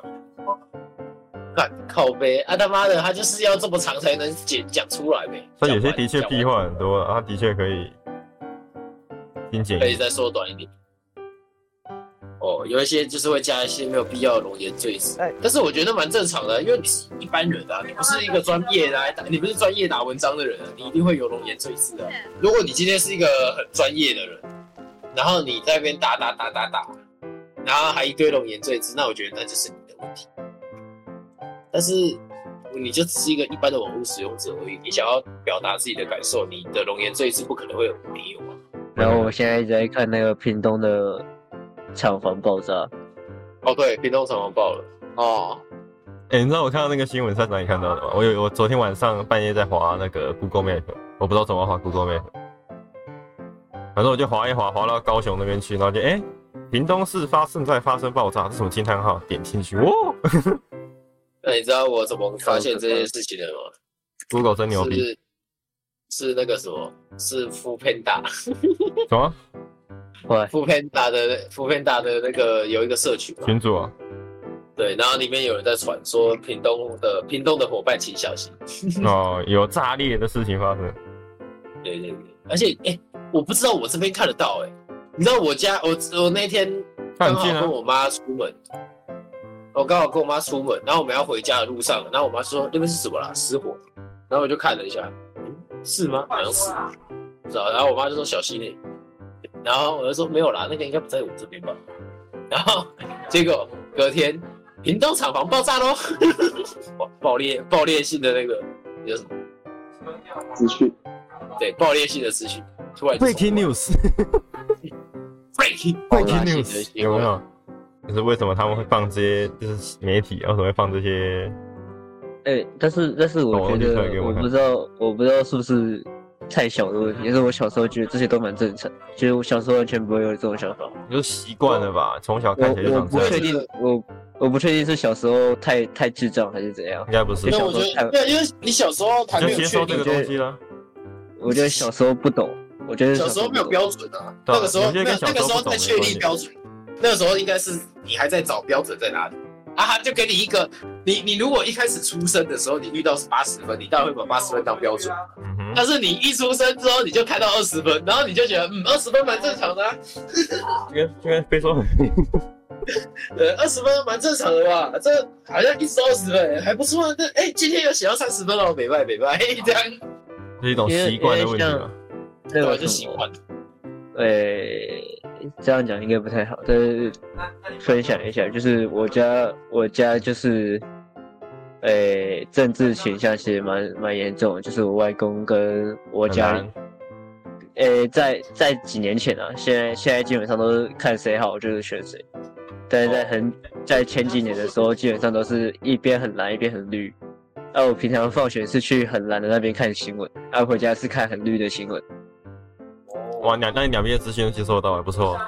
[SPEAKER 2] 敢靠背啊他妈的，他就是要这么长才能讲讲出来呗。
[SPEAKER 1] 所以有些
[SPEAKER 2] 讲完
[SPEAKER 1] 的确
[SPEAKER 2] 讲完
[SPEAKER 1] 屁话很多，啊，他的确可以精简
[SPEAKER 2] 可
[SPEAKER 1] 一
[SPEAKER 2] 以
[SPEAKER 1] 点。
[SPEAKER 2] 再缩短一点。哦，有一些就是会加一些没有必要的龙颜赘词
[SPEAKER 4] 哎，
[SPEAKER 2] 但是我觉得蛮正常的，因为你是一般人啊，你不是一个专业来打，你不是专业打文章的人啊、你一定会有龙颜赘词 (laughs) 的。啊如果你今天是一个很专业的人，然后你在那边打打打打打，然后还一堆龙颜赘词，那我觉得那就是你的问题。但是你就只是一个一般的网络使用者而已，你想要表达自己的感受，你的容颜赘字不可能会有理由啊。
[SPEAKER 4] 然后我现在一直在看那个屏东的厂房爆炸，
[SPEAKER 2] 哦，对，冰冻厂房爆了，
[SPEAKER 3] 哦，
[SPEAKER 1] 哎、你知道我看到那个新闻是在哪里看到的吗？我有我昨天晚上半夜在滑那个 Google Map，我不知道怎么滑 Google Map，反正我就滑一滑，滑到高雄那边去，然后就哎、诶屏东市发正在发生爆炸，这什么惊叹号？点进去，哇
[SPEAKER 2] 那你知道我怎么发现这件事情的吗？
[SPEAKER 1] ，Google 真牛
[SPEAKER 2] 是不
[SPEAKER 1] 逼！
[SPEAKER 2] 是是那个什么？是富 Panda，
[SPEAKER 1] 什么
[SPEAKER 4] 喂，
[SPEAKER 2] 富 Panda 的富 Panda 的那个有一个社群嘛，
[SPEAKER 1] 群主啊？
[SPEAKER 2] 对，然后里面有人在传说屏东的屏东的伙伴请小心。
[SPEAKER 1] 哦，有炸裂的事情发生，
[SPEAKER 2] 对对对，而且哎、我不知道我这边看得到哎、你知道我家我我那天
[SPEAKER 1] 那
[SPEAKER 2] 刚
[SPEAKER 1] 你
[SPEAKER 2] 好
[SPEAKER 1] 进来
[SPEAKER 2] 跟我妈出门，我刚好跟我妈出门，然后我们要回家的路上，然后我妈说那边是什么啦，失火，然后我就看了一下，嗯，是吗？好像是，不知道。然后我妈就说小心点、然后我就说没有啦，那个应该不在我这边吧。然后结果隔天屏东厂房爆炸喽，哇爆裂爆裂性的那个叫什么？
[SPEAKER 5] 资讯
[SPEAKER 2] 对，爆裂性的资讯突然就
[SPEAKER 1] Breaking news，
[SPEAKER 2] breaking
[SPEAKER 3] 爆
[SPEAKER 1] breaking
[SPEAKER 3] 炸性的哦新
[SPEAKER 1] (laughs) 有没
[SPEAKER 3] 闻
[SPEAKER 1] 有？就是为什么他们会放这些，就是媒体啊为什么会放这些？
[SPEAKER 4] 哎、但是但是
[SPEAKER 1] 哦
[SPEAKER 4] 我觉
[SPEAKER 1] 你
[SPEAKER 4] 得
[SPEAKER 1] 传给我
[SPEAKER 4] 我
[SPEAKER 1] 看
[SPEAKER 4] 不知道我不知道是不是太小的问题，因为我小时候觉得这些都蛮正常，其实我小时候完全不会有这种想法。
[SPEAKER 1] 你就习惯了吧，从小看起来就
[SPEAKER 4] 我我
[SPEAKER 1] 长这
[SPEAKER 4] 不
[SPEAKER 1] 样
[SPEAKER 4] 确，定，我我不确定是小时候太太智障还是怎样，
[SPEAKER 1] 应该不是
[SPEAKER 2] 没，
[SPEAKER 4] 小
[SPEAKER 2] 有，
[SPEAKER 4] 时
[SPEAKER 2] 我
[SPEAKER 4] 候
[SPEAKER 2] 觉
[SPEAKER 4] 看
[SPEAKER 2] 得没有，因为你小时候还
[SPEAKER 1] 就
[SPEAKER 2] 没有
[SPEAKER 1] 接
[SPEAKER 2] 确
[SPEAKER 1] 受这
[SPEAKER 2] 定
[SPEAKER 1] 个，东西了。
[SPEAKER 4] 我觉得小时候不懂，我觉得
[SPEAKER 2] 小时候没有
[SPEAKER 4] 不懂
[SPEAKER 2] 标准啊，
[SPEAKER 1] 对啊
[SPEAKER 2] 那个时候
[SPEAKER 1] 有些
[SPEAKER 2] 没
[SPEAKER 1] 跟
[SPEAKER 2] 有，
[SPEAKER 1] 小
[SPEAKER 2] 那个
[SPEAKER 1] 时
[SPEAKER 2] 时
[SPEAKER 1] 候
[SPEAKER 2] 候
[SPEAKER 1] 不懂
[SPEAKER 2] 在
[SPEAKER 1] 没
[SPEAKER 2] 确
[SPEAKER 1] 关系
[SPEAKER 2] 立标准，那个时候应该是你还在找标准在哪里啊，他就给你一个，你你如果一开始出生的时候你遇到是八十分，你当然会把八十分当标准，
[SPEAKER 1] 嗯哼。
[SPEAKER 4] 呃
[SPEAKER 2] 但是你一出生之后你就看到二十分，然后你就觉得嗯二十分蛮正常的、啊，
[SPEAKER 1] 这个这个非洲很
[SPEAKER 2] 呃二十分蛮正常的吧，这好像一直都二十分还不错啊，那哎、今天有写到三十分哦，美拜美拜，这样
[SPEAKER 1] 是一种习惯的问题啊
[SPEAKER 4] 因为
[SPEAKER 1] 了。
[SPEAKER 4] 那
[SPEAKER 2] 我
[SPEAKER 4] 个
[SPEAKER 2] 就习
[SPEAKER 4] 什么，
[SPEAKER 2] 惯了，
[SPEAKER 4] 呃、这样讲应该不太好，但是分享一下，就是我家我家就是，呃、政治倾向其实蛮蛮严重的，就是我外公跟我
[SPEAKER 1] 很
[SPEAKER 4] 家里
[SPEAKER 1] 难，
[SPEAKER 4] 呃、在在几年前啊，现在现在基本上都是看谁好就是选谁，但是在很在前几年的时候，基本上都是一边很蓝一边很绿。啊，我平常放学是去很蓝的那边看新闻，啊，回家是看很绿的新闻。
[SPEAKER 1] 哇，两那你两边的资讯都接收到，还不错。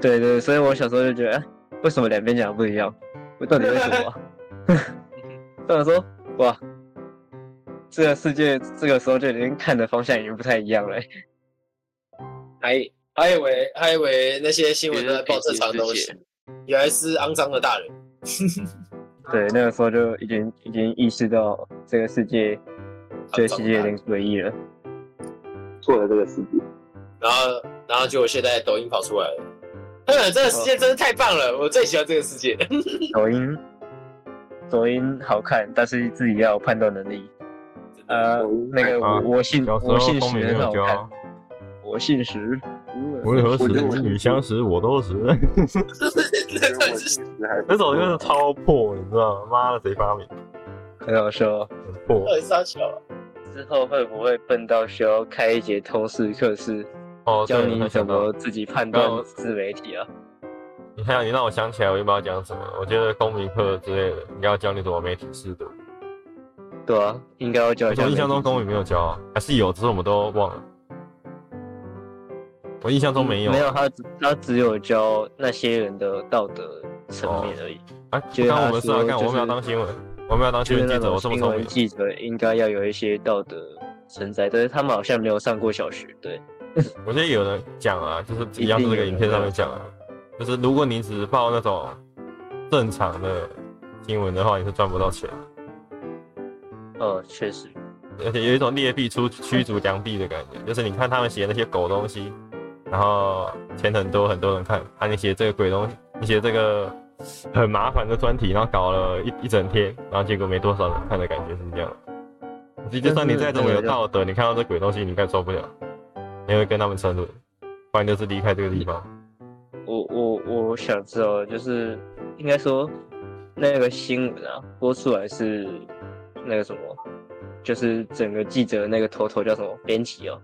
[SPEAKER 4] 对对，所以我小时候就觉得，啊为什么两边讲的不一样？我到底为什么啊、 (laughs) 我想说，哇，这个世界这个时候就已经看的方向已经不太一样了、
[SPEAKER 2] 还还以为还以为那些新闻都在报正常的东西，原来是肮脏的大人。
[SPEAKER 4] 对，那个时候就已经已经意识到这个世界，这个世界有点诡异了。
[SPEAKER 5] 错了这个世界，
[SPEAKER 2] 然后然后结果现在抖音跑出来了， (laughs) 嗯，这个世界真是太棒了，我最喜欢这个世界。 (laughs)
[SPEAKER 4] 抖音，抖音好看，但是自己要有判断能力。呃
[SPEAKER 5] 抖音，
[SPEAKER 4] 那个
[SPEAKER 1] 啊
[SPEAKER 4] 我我姓
[SPEAKER 1] 小时
[SPEAKER 4] 嗯我
[SPEAKER 1] 候
[SPEAKER 4] 姓
[SPEAKER 1] 风
[SPEAKER 4] 石
[SPEAKER 1] 靡
[SPEAKER 4] 很
[SPEAKER 1] 六
[SPEAKER 4] 好看，
[SPEAKER 1] 交，
[SPEAKER 4] 我姓石，
[SPEAKER 1] 无论何时
[SPEAKER 5] 我觉得我
[SPEAKER 1] 与相识，我都识。
[SPEAKER 5] 我觉得我其实
[SPEAKER 1] (laughs)
[SPEAKER 5] 还
[SPEAKER 1] 那首歌是超破，你知道吗？妈的，谁发明？
[SPEAKER 4] 很好笑。
[SPEAKER 1] 很破。
[SPEAKER 4] 呃
[SPEAKER 2] 很傻小，
[SPEAKER 4] 之后会不会笨到需要开一节通识课是
[SPEAKER 1] 哦，
[SPEAKER 4] 教
[SPEAKER 1] 对，我突
[SPEAKER 4] 你
[SPEAKER 1] 然
[SPEAKER 4] 怎
[SPEAKER 1] 想到
[SPEAKER 4] 么，自己判
[SPEAKER 1] 刚好
[SPEAKER 4] 断自媒体啊？
[SPEAKER 1] 你看你让我想起来，我就不知道讲什么。我觉得公民课之类的，应该要教你怎么媒体试读。
[SPEAKER 4] 对啊，应该要教
[SPEAKER 1] 我
[SPEAKER 4] 一下
[SPEAKER 1] 印
[SPEAKER 4] 媒体。
[SPEAKER 1] 象中公民没有教啊，还是有，只是我们都忘了。我印象中没有，
[SPEAKER 4] 嗯
[SPEAKER 1] 啊
[SPEAKER 4] 没有，他只他只有教那些人的道德层面而已，
[SPEAKER 1] 哎，
[SPEAKER 4] 觉得
[SPEAKER 1] 刚
[SPEAKER 4] 他
[SPEAKER 1] 我们是啊，
[SPEAKER 4] 说
[SPEAKER 1] 看
[SPEAKER 4] 就
[SPEAKER 1] 我们要
[SPEAKER 4] 是
[SPEAKER 1] 当新闻，我们要当
[SPEAKER 4] 就
[SPEAKER 1] 新
[SPEAKER 4] 是
[SPEAKER 1] 闻记
[SPEAKER 4] 那
[SPEAKER 1] 者，
[SPEAKER 4] 种
[SPEAKER 1] 我这么
[SPEAKER 4] 新
[SPEAKER 1] 聪明
[SPEAKER 4] 闻。记者应该要有一些道德存在，但是他们好像没有上过小学，对，
[SPEAKER 1] 我觉得有人讲啊，就是一样是这个影片上面讲啊，就是如果你只报那种正常的新闻的话，你是赚不到钱，
[SPEAKER 4] 呃，确实，
[SPEAKER 1] 而且有一种劣币出驱逐良币的感觉，就是你看他们写那些狗东西，然后钱很多很多人看，啊，你写这个鬼东西，你写这个很麻烦的专题，然后搞了一一整天，然后结果没多少人看的感觉是这样的。就算你再怎么有道德，你看到这鬼东西，你应该受不了，你会跟他们争论，不然就是离开这个地方。
[SPEAKER 4] 我我我想知道，就是应该说那个新闻啊播出来是那个什么，就是整个记者那个头头叫什么编辑哦，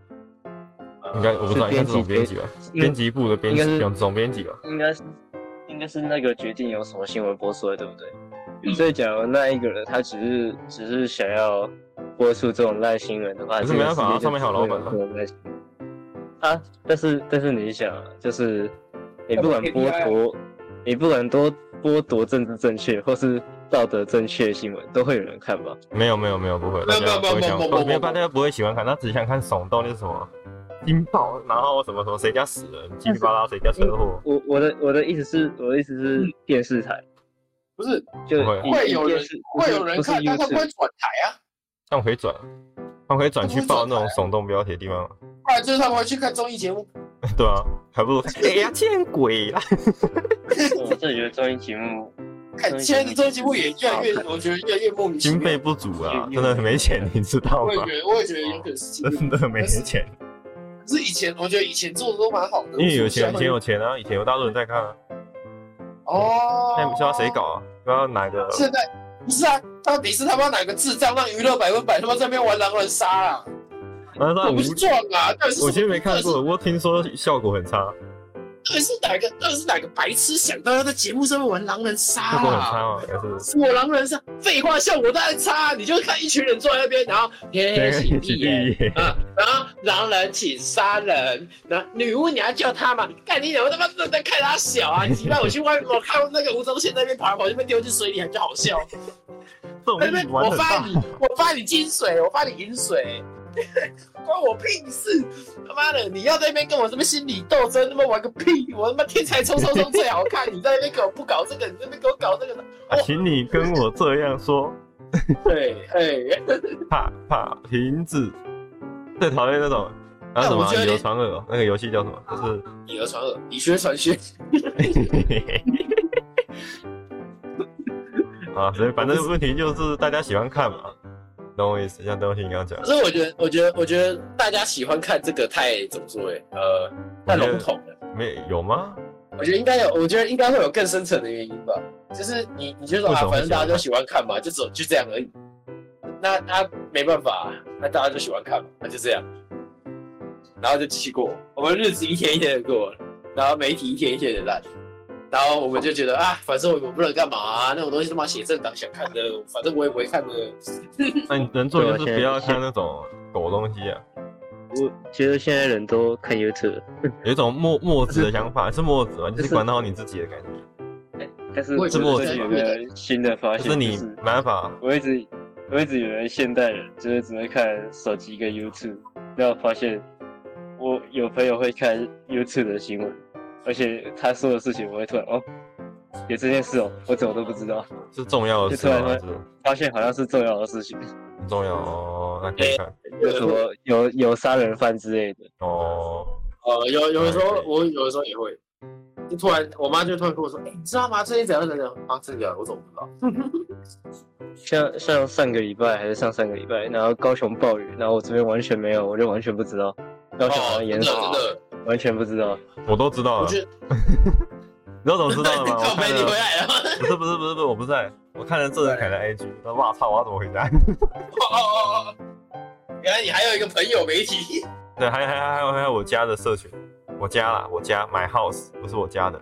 [SPEAKER 1] 应该我不知道，应该是总编辑吧？编辑部的编
[SPEAKER 4] 应
[SPEAKER 1] 辑，
[SPEAKER 4] 该
[SPEAKER 1] 总总编辑吧？
[SPEAKER 4] 应该是应该是那个决定有什么新闻播出的，对不
[SPEAKER 1] 嗯
[SPEAKER 4] 对？所以假如那一个人他只是只是想要播出这种烂新闻的话，
[SPEAKER 1] 可是没办法啊
[SPEAKER 4] 这个世界就
[SPEAKER 1] 上面还有老板啊
[SPEAKER 4] 只会有这种烂新闻啊。但是但是你想啊，就是你不管
[SPEAKER 2] 要不然 KPI
[SPEAKER 4] 剥夺，你不管多剥夺政治正确或是道德正确的新闻，都会有人看吧？
[SPEAKER 1] 没有没有没有，不会，大家不会想，没有大家不会喜欢看，他只想看耸动，就是什么惊爆，然后什么什么谁家死人，叽里吧啦谁家车祸，
[SPEAKER 4] 我我的我的意思是，我的意思是电视台
[SPEAKER 2] 不是
[SPEAKER 4] 就
[SPEAKER 1] 嗯不会啊
[SPEAKER 4] 以
[SPEAKER 2] 会有
[SPEAKER 4] 以电
[SPEAKER 2] 人
[SPEAKER 4] 视不是
[SPEAKER 2] 会有人
[SPEAKER 4] 不是
[SPEAKER 2] 看，但他不
[SPEAKER 4] YouTube
[SPEAKER 2] 会转台啊，
[SPEAKER 1] 他们可以转，他们可以转去报那种耸动标题的地方，
[SPEAKER 2] 不然就是他们会去看综艺节目。
[SPEAKER 1] (laughs) 对啊，还不如哎呀见鬼啦！
[SPEAKER 4] 我真的觉得综艺节目，
[SPEAKER 2] 看现在的综艺节目也越来越，我觉得越来越莫名其
[SPEAKER 1] 经费
[SPEAKER 2] 妙。
[SPEAKER 1] 不足啊，真的没钱，你知道
[SPEAKER 2] 我也
[SPEAKER 1] 吗？
[SPEAKER 2] 觉得，我也觉得有可能是经费
[SPEAKER 1] 真的没钱，
[SPEAKER 2] 可是以前我觉得以前做的都蛮好的，
[SPEAKER 1] 因为有
[SPEAKER 2] 相
[SPEAKER 1] 钱，以
[SPEAKER 2] 当
[SPEAKER 1] 前
[SPEAKER 2] 于
[SPEAKER 1] 有钱啊，以前有大陆人在看啊，
[SPEAKER 2] 哦，
[SPEAKER 1] 那也不知道谁搞啊，不知道哪个
[SPEAKER 2] 现在不是啊，到底是他妈哪个智障让娱乐百分百他妈在那边玩狼人杀啊？
[SPEAKER 1] 啊，那
[SPEAKER 2] 我
[SPEAKER 1] 无
[SPEAKER 2] 不，是撞啊，到底是什么
[SPEAKER 1] 我今天没看
[SPEAKER 2] 到
[SPEAKER 1] 过，我听说效果很差，
[SPEAKER 2] 底是哪个到底是哪个白痴想到要在节目上面玩狼人杀
[SPEAKER 1] 效果很差
[SPEAKER 2] 啊？
[SPEAKER 1] 嘛，还是
[SPEAKER 2] 是我狼人杀，废话，效果当然差啊。你就看一群人坐在那边，然后天
[SPEAKER 1] 哎
[SPEAKER 2] 黑请闭眼
[SPEAKER 1] 眼，
[SPEAKER 2] 啊，然后狼人请杀人，然后女巫你要救她嘛？干你娘！我他妈真的看她小啊！你让我去外面，我看那个吴宗宪在那边跑来跑去被丢进水里，还觉得好笑。
[SPEAKER 1] 这种
[SPEAKER 2] 在那边
[SPEAKER 1] 力玩
[SPEAKER 2] 我
[SPEAKER 1] 很
[SPEAKER 2] 发
[SPEAKER 1] 大，
[SPEAKER 2] 你，我发你金水，我发你银水，关我屁事！他妈的，你要在那边跟我什么心理斗争，他妈玩个屁！我他妈天才冲冲冲最好看，你在那边给我不搞这个，你在那边给我搞这个，
[SPEAKER 1] 啊请你跟我这样说，
[SPEAKER 2] 对，哎。
[SPEAKER 1] 啪啪停止，最讨厌那种。还有什么
[SPEAKER 2] 但我觉
[SPEAKER 1] 啊
[SPEAKER 2] 得
[SPEAKER 1] 以讹传讹哦？那个游戏叫什么？就是
[SPEAKER 2] 以讹传讹，以学传学。
[SPEAKER 1] 啊，所以反正问题就是大家喜欢看嘛，懂我意思？像东西你刚刚讲
[SPEAKER 2] 可，是我觉得，我觉得，我觉得大家喜欢看这个太怎么说哎、呃，太笼统了。
[SPEAKER 1] 没有吗？
[SPEAKER 2] 我觉得应该有，我觉得应该会有更深层的原因吧。就是你，你就说
[SPEAKER 1] 为什
[SPEAKER 2] 啊，
[SPEAKER 1] 么会
[SPEAKER 2] 反正大家都喜欢看嘛，就走就这样而已。那那没办法、啊，那大家就喜欢看嘛，那就这样，然后就继续过，我们日子一天一天的过，然后媒体一天一天的烂，然后我们就觉得啊，反正我我不能干嘛、啊，那种东西他妈写政党想看的，反正我也不会看的。
[SPEAKER 1] 那你能做的就
[SPEAKER 4] 对
[SPEAKER 1] 是
[SPEAKER 4] 我
[SPEAKER 1] 不要
[SPEAKER 4] 现在
[SPEAKER 1] 看那种狗东西啊，
[SPEAKER 4] 我觉得现在人都看 YouTube，
[SPEAKER 1] 有一种墨墨子的想法，是墨子嘛，就
[SPEAKER 4] 就是是
[SPEAKER 1] 管到你自己的感觉，
[SPEAKER 4] 但是
[SPEAKER 2] 我
[SPEAKER 4] 我
[SPEAKER 2] 也觉得
[SPEAKER 4] 最
[SPEAKER 2] 是
[SPEAKER 4] 近有个新的发
[SPEAKER 1] 就
[SPEAKER 4] 现，
[SPEAKER 1] 是你
[SPEAKER 4] 就是
[SPEAKER 1] 没办法，
[SPEAKER 4] 我一直我一直以为现代人就是只会看手机跟 YouTube，然后发现我有朋友会看 YouTube 的新闻，而且他说的事情我会突然哦，有这件事哦，我怎么都不知道，
[SPEAKER 1] 是重要的事
[SPEAKER 4] 就突
[SPEAKER 1] 吗？还
[SPEAKER 4] 然
[SPEAKER 1] 是
[SPEAKER 4] 会发现好像是重要的事
[SPEAKER 2] (laughs)
[SPEAKER 4] 情，
[SPEAKER 1] 很重要哦，那可以看
[SPEAKER 4] 有什么有有杀人犯之类的，
[SPEAKER 1] 哦。
[SPEAKER 2] 呃，有有的时
[SPEAKER 1] 啊对
[SPEAKER 2] 候
[SPEAKER 1] 对
[SPEAKER 2] 我有的时候也会，就突然我妈就突然跟我说：“哎、你知道吗？最近怎样怎样？”啊，这个我怎么不知道？
[SPEAKER 4] 像像上个礼拜还是上上个礼拜，然后高雄暴雨，然后我这边完全没有，我就完全不知道，高雄好像啊淹
[SPEAKER 2] 哦真的
[SPEAKER 4] 水，
[SPEAKER 1] 啊
[SPEAKER 2] 真的，
[SPEAKER 4] 完全不知道。
[SPEAKER 1] 我都知道
[SPEAKER 2] 我
[SPEAKER 1] 了，
[SPEAKER 2] 觉
[SPEAKER 1] 你 (laughs)
[SPEAKER 2] 得
[SPEAKER 1] 知道怎么知道的吗？我
[SPEAKER 2] (laughs) 靠
[SPEAKER 1] 看
[SPEAKER 2] 背你回
[SPEAKER 1] 了，
[SPEAKER 2] 来了。
[SPEAKER 1] 不是不是不是不是，我不在，我看了郑仁凯的 IG，那哇操，我要怎么回家？ (laughs)
[SPEAKER 2] 哦哦哦哦， (laughs) 原来你还有一个朋友媒体，
[SPEAKER 1] 对，还还还还有还有我家的社群，我家啦，我家 my house 不是我家的，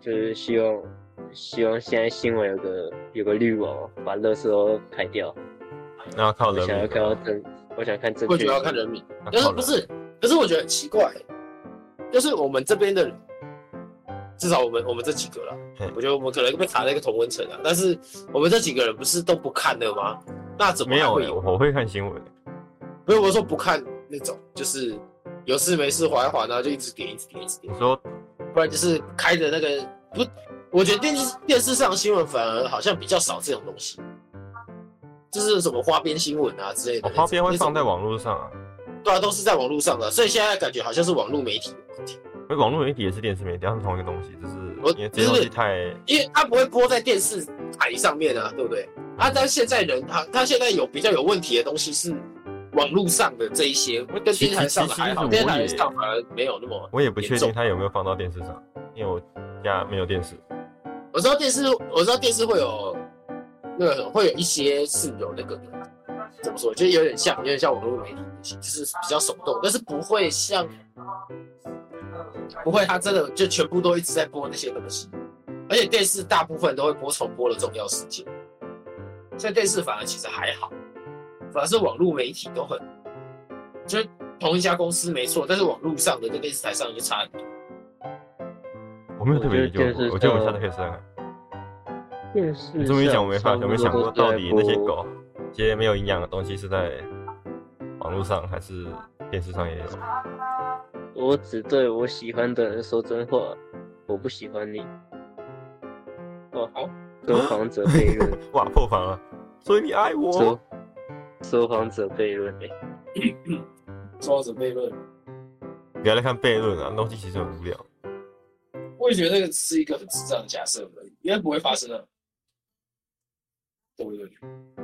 [SPEAKER 4] 就是希望希望现在新闻有个有个滤网，把垃圾都排掉。
[SPEAKER 1] 那要靠
[SPEAKER 4] 我
[SPEAKER 1] 人
[SPEAKER 4] 想要
[SPEAKER 1] 民
[SPEAKER 4] 看到
[SPEAKER 1] 的，
[SPEAKER 4] 正，我想看正
[SPEAKER 2] 我
[SPEAKER 4] 确
[SPEAKER 2] 觉得要看人民，
[SPEAKER 1] 要
[SPEAKER 2] 但是
[SPEAKER 1] 靠
[SPEAKER 2] 不
[SPEAKER 1] 人。
[SPEAKER 2] 是？可是我觉得很奇怪、就是我们这边的人，至少我们我们这几个了
[SPEAKER 1] 嗯，
[SPEAKER 2] 我觉得我们可能被卡在一个同温层啊。但是我们这几个人不是都不看的吗？那怎么
[SPEAKER 1] 没
[SPEAKER 2] 还
[SPEAKER 1] 有
[SPEAKER 2] 会
[SPEAKER 1] 欸，
[SPEAKER 2] 有？
[SPEAKER 1] 我我会看新闻欸，
[SPEAKER 2] 不是我说不看那种，就是有事没事划一划，然后就一直点一直点一直点
[SPEAKER 1] 你，说
[SPEAKER 2] 不然就是开着那个不，我觉得电视电视上新闻反而好像比较少这种东西，就是什么花边新闻啊之类的
[SPEAKER 1] 我
[SPEAKER 2] 那种，
[SPEAKER 1] 哦花边会放在
[SPEAKER 2] 那种
[SPEAKER 1] 网络上啊，
[SPEAKER 2] 对啊，都是在网络上的，所以现在感觉好像是网络媒体的问题，
[SPEAKER 1] 因为网络媒体也是电视媒体，它是同一个东西，就是
[SPEAKER 2] 我
[SPEAKER 1] 因为这些东西太
[SPEAKER 2] 因为它啊不会播在电视台上面啊，对不对？啊，但现在人他他现在有比较有问题的东西是网络上的这一些，跟电视台上的还好，
[SPEAKER 1] 其实其实
[SPEAKER 2] 电视
[SPEAKER 1] 我也
[SPEAKER 2] 台上反而没有那么
[SPEAKER 1] 我也不确定
[SPEAKER 2] 严重
[SPEAKER 1] 它有没有放到电视上，因为我家没有电视。
[SPEAKER 2] 我知道电视，我知道电视会有那个会有一些是有那个怎么说，就是有点像有点像网络媒体，就是比较手动，但是不会像不会它真的就全部都一直在播那些东西，而且电视大部分都会播重播的重要事件，所以电视反而其实还好，反而是网络媒体都很就是同一家公司没错，但是网络上的跟电视台上就差很多。
[SPEAKER 1] 我没有特别研究
[SPEAKER 4] 我觉得电视
[SPEAKER 1] 过，我觉得我们下次可以商量。
[SPEAKER 4] 电视
[SPEAKER 1] 你这么一讲，我没发，我没想过到底那些
[SPEAKER 4] 狗。
[SPEAKER 1] 狗，这些没有营养的东西是在网络上还是电视上也有？
[SPEAKER 4] 我只对我喜欢的人说真话，我不喜欢你。
[SPEAKER 2] 哦
[SPEAKER 4] 哇，说谎者悖
[SPEAKER 2] (laughs)
[SPEAKER 4] 论，
[SPEAKER 1] 哇，破防了！所以你爱我
[SPEAKER 4] 说？说谎者悖论、欸，
[SPEAKER 6] 说到准备论，
[SPEAKER 1] 不要再看悖论啊，那东西其实很无聊。
[SPEAKER 6] 我也觉得那个是一个很智障的假设而已，应该不会发生的，对不对？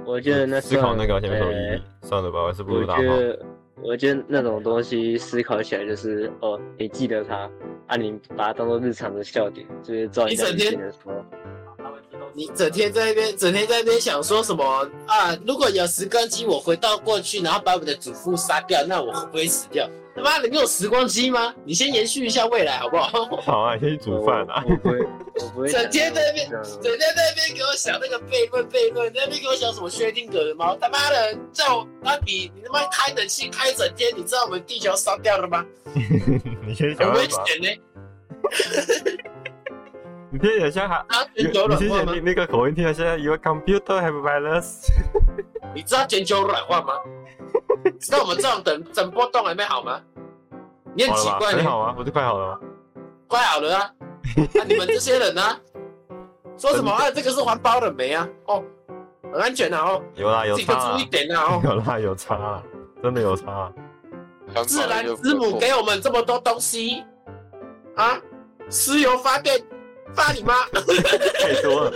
[SPEAKER 4] 我觉得那
[SPEAKER 1] 思考那个好像
[SPEAKER 4] 前
[SPEAKER 1] 没什么意义。算了吧，我还是不
[SPEAKER 4] 我
[SPEAKER 1] 如打
[SPEAKER 4] 觉
[SPEAKER 1] 炮。
[SPEAKER 4] 得，我觉得那种东西思考起来就是，哦，你记得它，啊，你把它当做日常的笑点，就是照
[SPEAKER 2] 一
[SPEAKER 4] 你讲
[SPEAKER 2] 整
[SPEAKER 4] 以
[SPEAKER 2] 天
[SPEAKER 4] 前的时候，
[SPEAKER 2] 你整天在那边，整天在那边想说什么啊？如果有时光机，我回到过去，然后把我的祖父杀掉，那我会不会死掉？他妈的，你有时光机吗？你先延续一下未来好不 (laughs) 好？
[SPEAKER 1] 好啊，你先去煮饭啊
[SPEAKER 4] 我。我
[SPEAKER 1] (laughs)
[SPEAKER 4] 不会，我不会
[SPEAKER 2] 整
[SPEAKER 4] 想
[SPEAKER 2] 天
[SPEAKER 4] 到
[SPEAKER 2] 在那边
[SPEAKER 4] 这样的
[SPEAKER 2] 整天在那边给我想那个悖论悖论，在那边给我想什么薛定谔的猫？他妈的，叫我啊你你他妈开冷气开一整天，你知道我们地球要烧掉了吗？
[SPEAKER 1] (laughs) 你先
[SPEAKER 2] 很
[SPEAKER 1] 想
[SPEAKER 2] 危
[SPEAKER 1] 办
[SPEAKER 2] 险
[SPEAKER 1] 法。
[SPEAKER 2] 呢、
[SPEAKER 1] 你听起来像韩，
[SPEAKER 2] 啊，
[SPEAKER 1] 你
[SPEAKER 2] 全球
[SPEAKER 1] 你
[SPEAKER 2] 暖
[SPEAKER 1] 听起
[SPEAKER 2] 化
[SPEAKER 1] 来
[SPEAKER 2] 吗
[SPEAKER 1] 那？那个口音听起来像 Your computer have virus。
[SPEAKER 2] 你知道全球软
[SPEAKER 1] (laughs)
[SPEAKER 2] 化吗？知道我们这种等整波动还没好吗？你很
[SPEAKER 1] 好
[SPEAKER 2] 奇
[SPEAKER 1] 了吧？
[SPEAKER 2] 怪呢、
[SPEAKER 1] 很好啊，不是快好了吗？
[SPEAKER 2] 快好了啊！啊，你们这些人呢、啊，说什么啊？这个是环保的没啊？哦，很安全啊哦，
[SPEAKER 1] 有啦，有
[SPEAKER 2] 自己多
[SPEAKER 1] 差
[SPEAKER 2] 注
[SPEAKER 1] 啊
[SPEAKER 2] 意，点啊哦。
[SPEAKER 1] (laughs) 有啦，有差啊，真的有差啊。
[SPEAKER 2] 自然之母给我们这么多东西啊，石油发电发
[SPEAKER 1] (laughs)
[SPEAKER 2] 你妈，
[SPEAKER 1] (laughs) 啊太多了，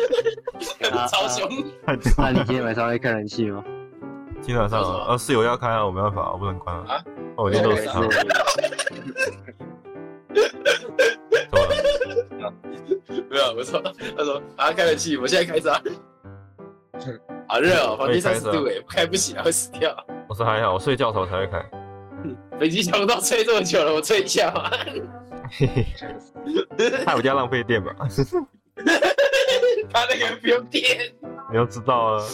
[SPEAKER 4] 啊
[SPEAKER 2] 超凶！
[SPEAKER 1] 太多
[SPEAKER 4] 那
[SPEAKER 1] 了。
[SPEAKER 4] 你今天晚上会看人气吗？
[SPEAKER 1] 今天晚上啊，呃，室友要开啊，我没办法，我不能关啊
[SPEAKER 6] 啊。
[SPEAKER 1] 哦我今天都
[SPEAKER 4] 我
[SPEAKER 1] 有时
[SPEAKER 4] 也
[SPEAKER 1] 差，
[SPEAKER 4] 是
[SPEAKER 1] 怎么了？
[SPEAKER 2] 没有，我说，他说啊，开冷气，我现在开着
[SPEAKER 1] (laughs)
[SPEAKER 2] 啊。好热哦，房间三十度
[SPEAKER 1] 啊
[SPEAKER 2] 哎，不开不起来会死掉。
[SPEAKER 1] 我说还好，我睡觉的时候才会开。
[SPEAKER 2] 北极熊都吹这么久了，我吹一下嘛。
[SPEAKER 1] 害我家浪费电吧？
[SPEAKER 2] (laughs) 他那个不用电，
[SPEAKER 1] 你要知道啊，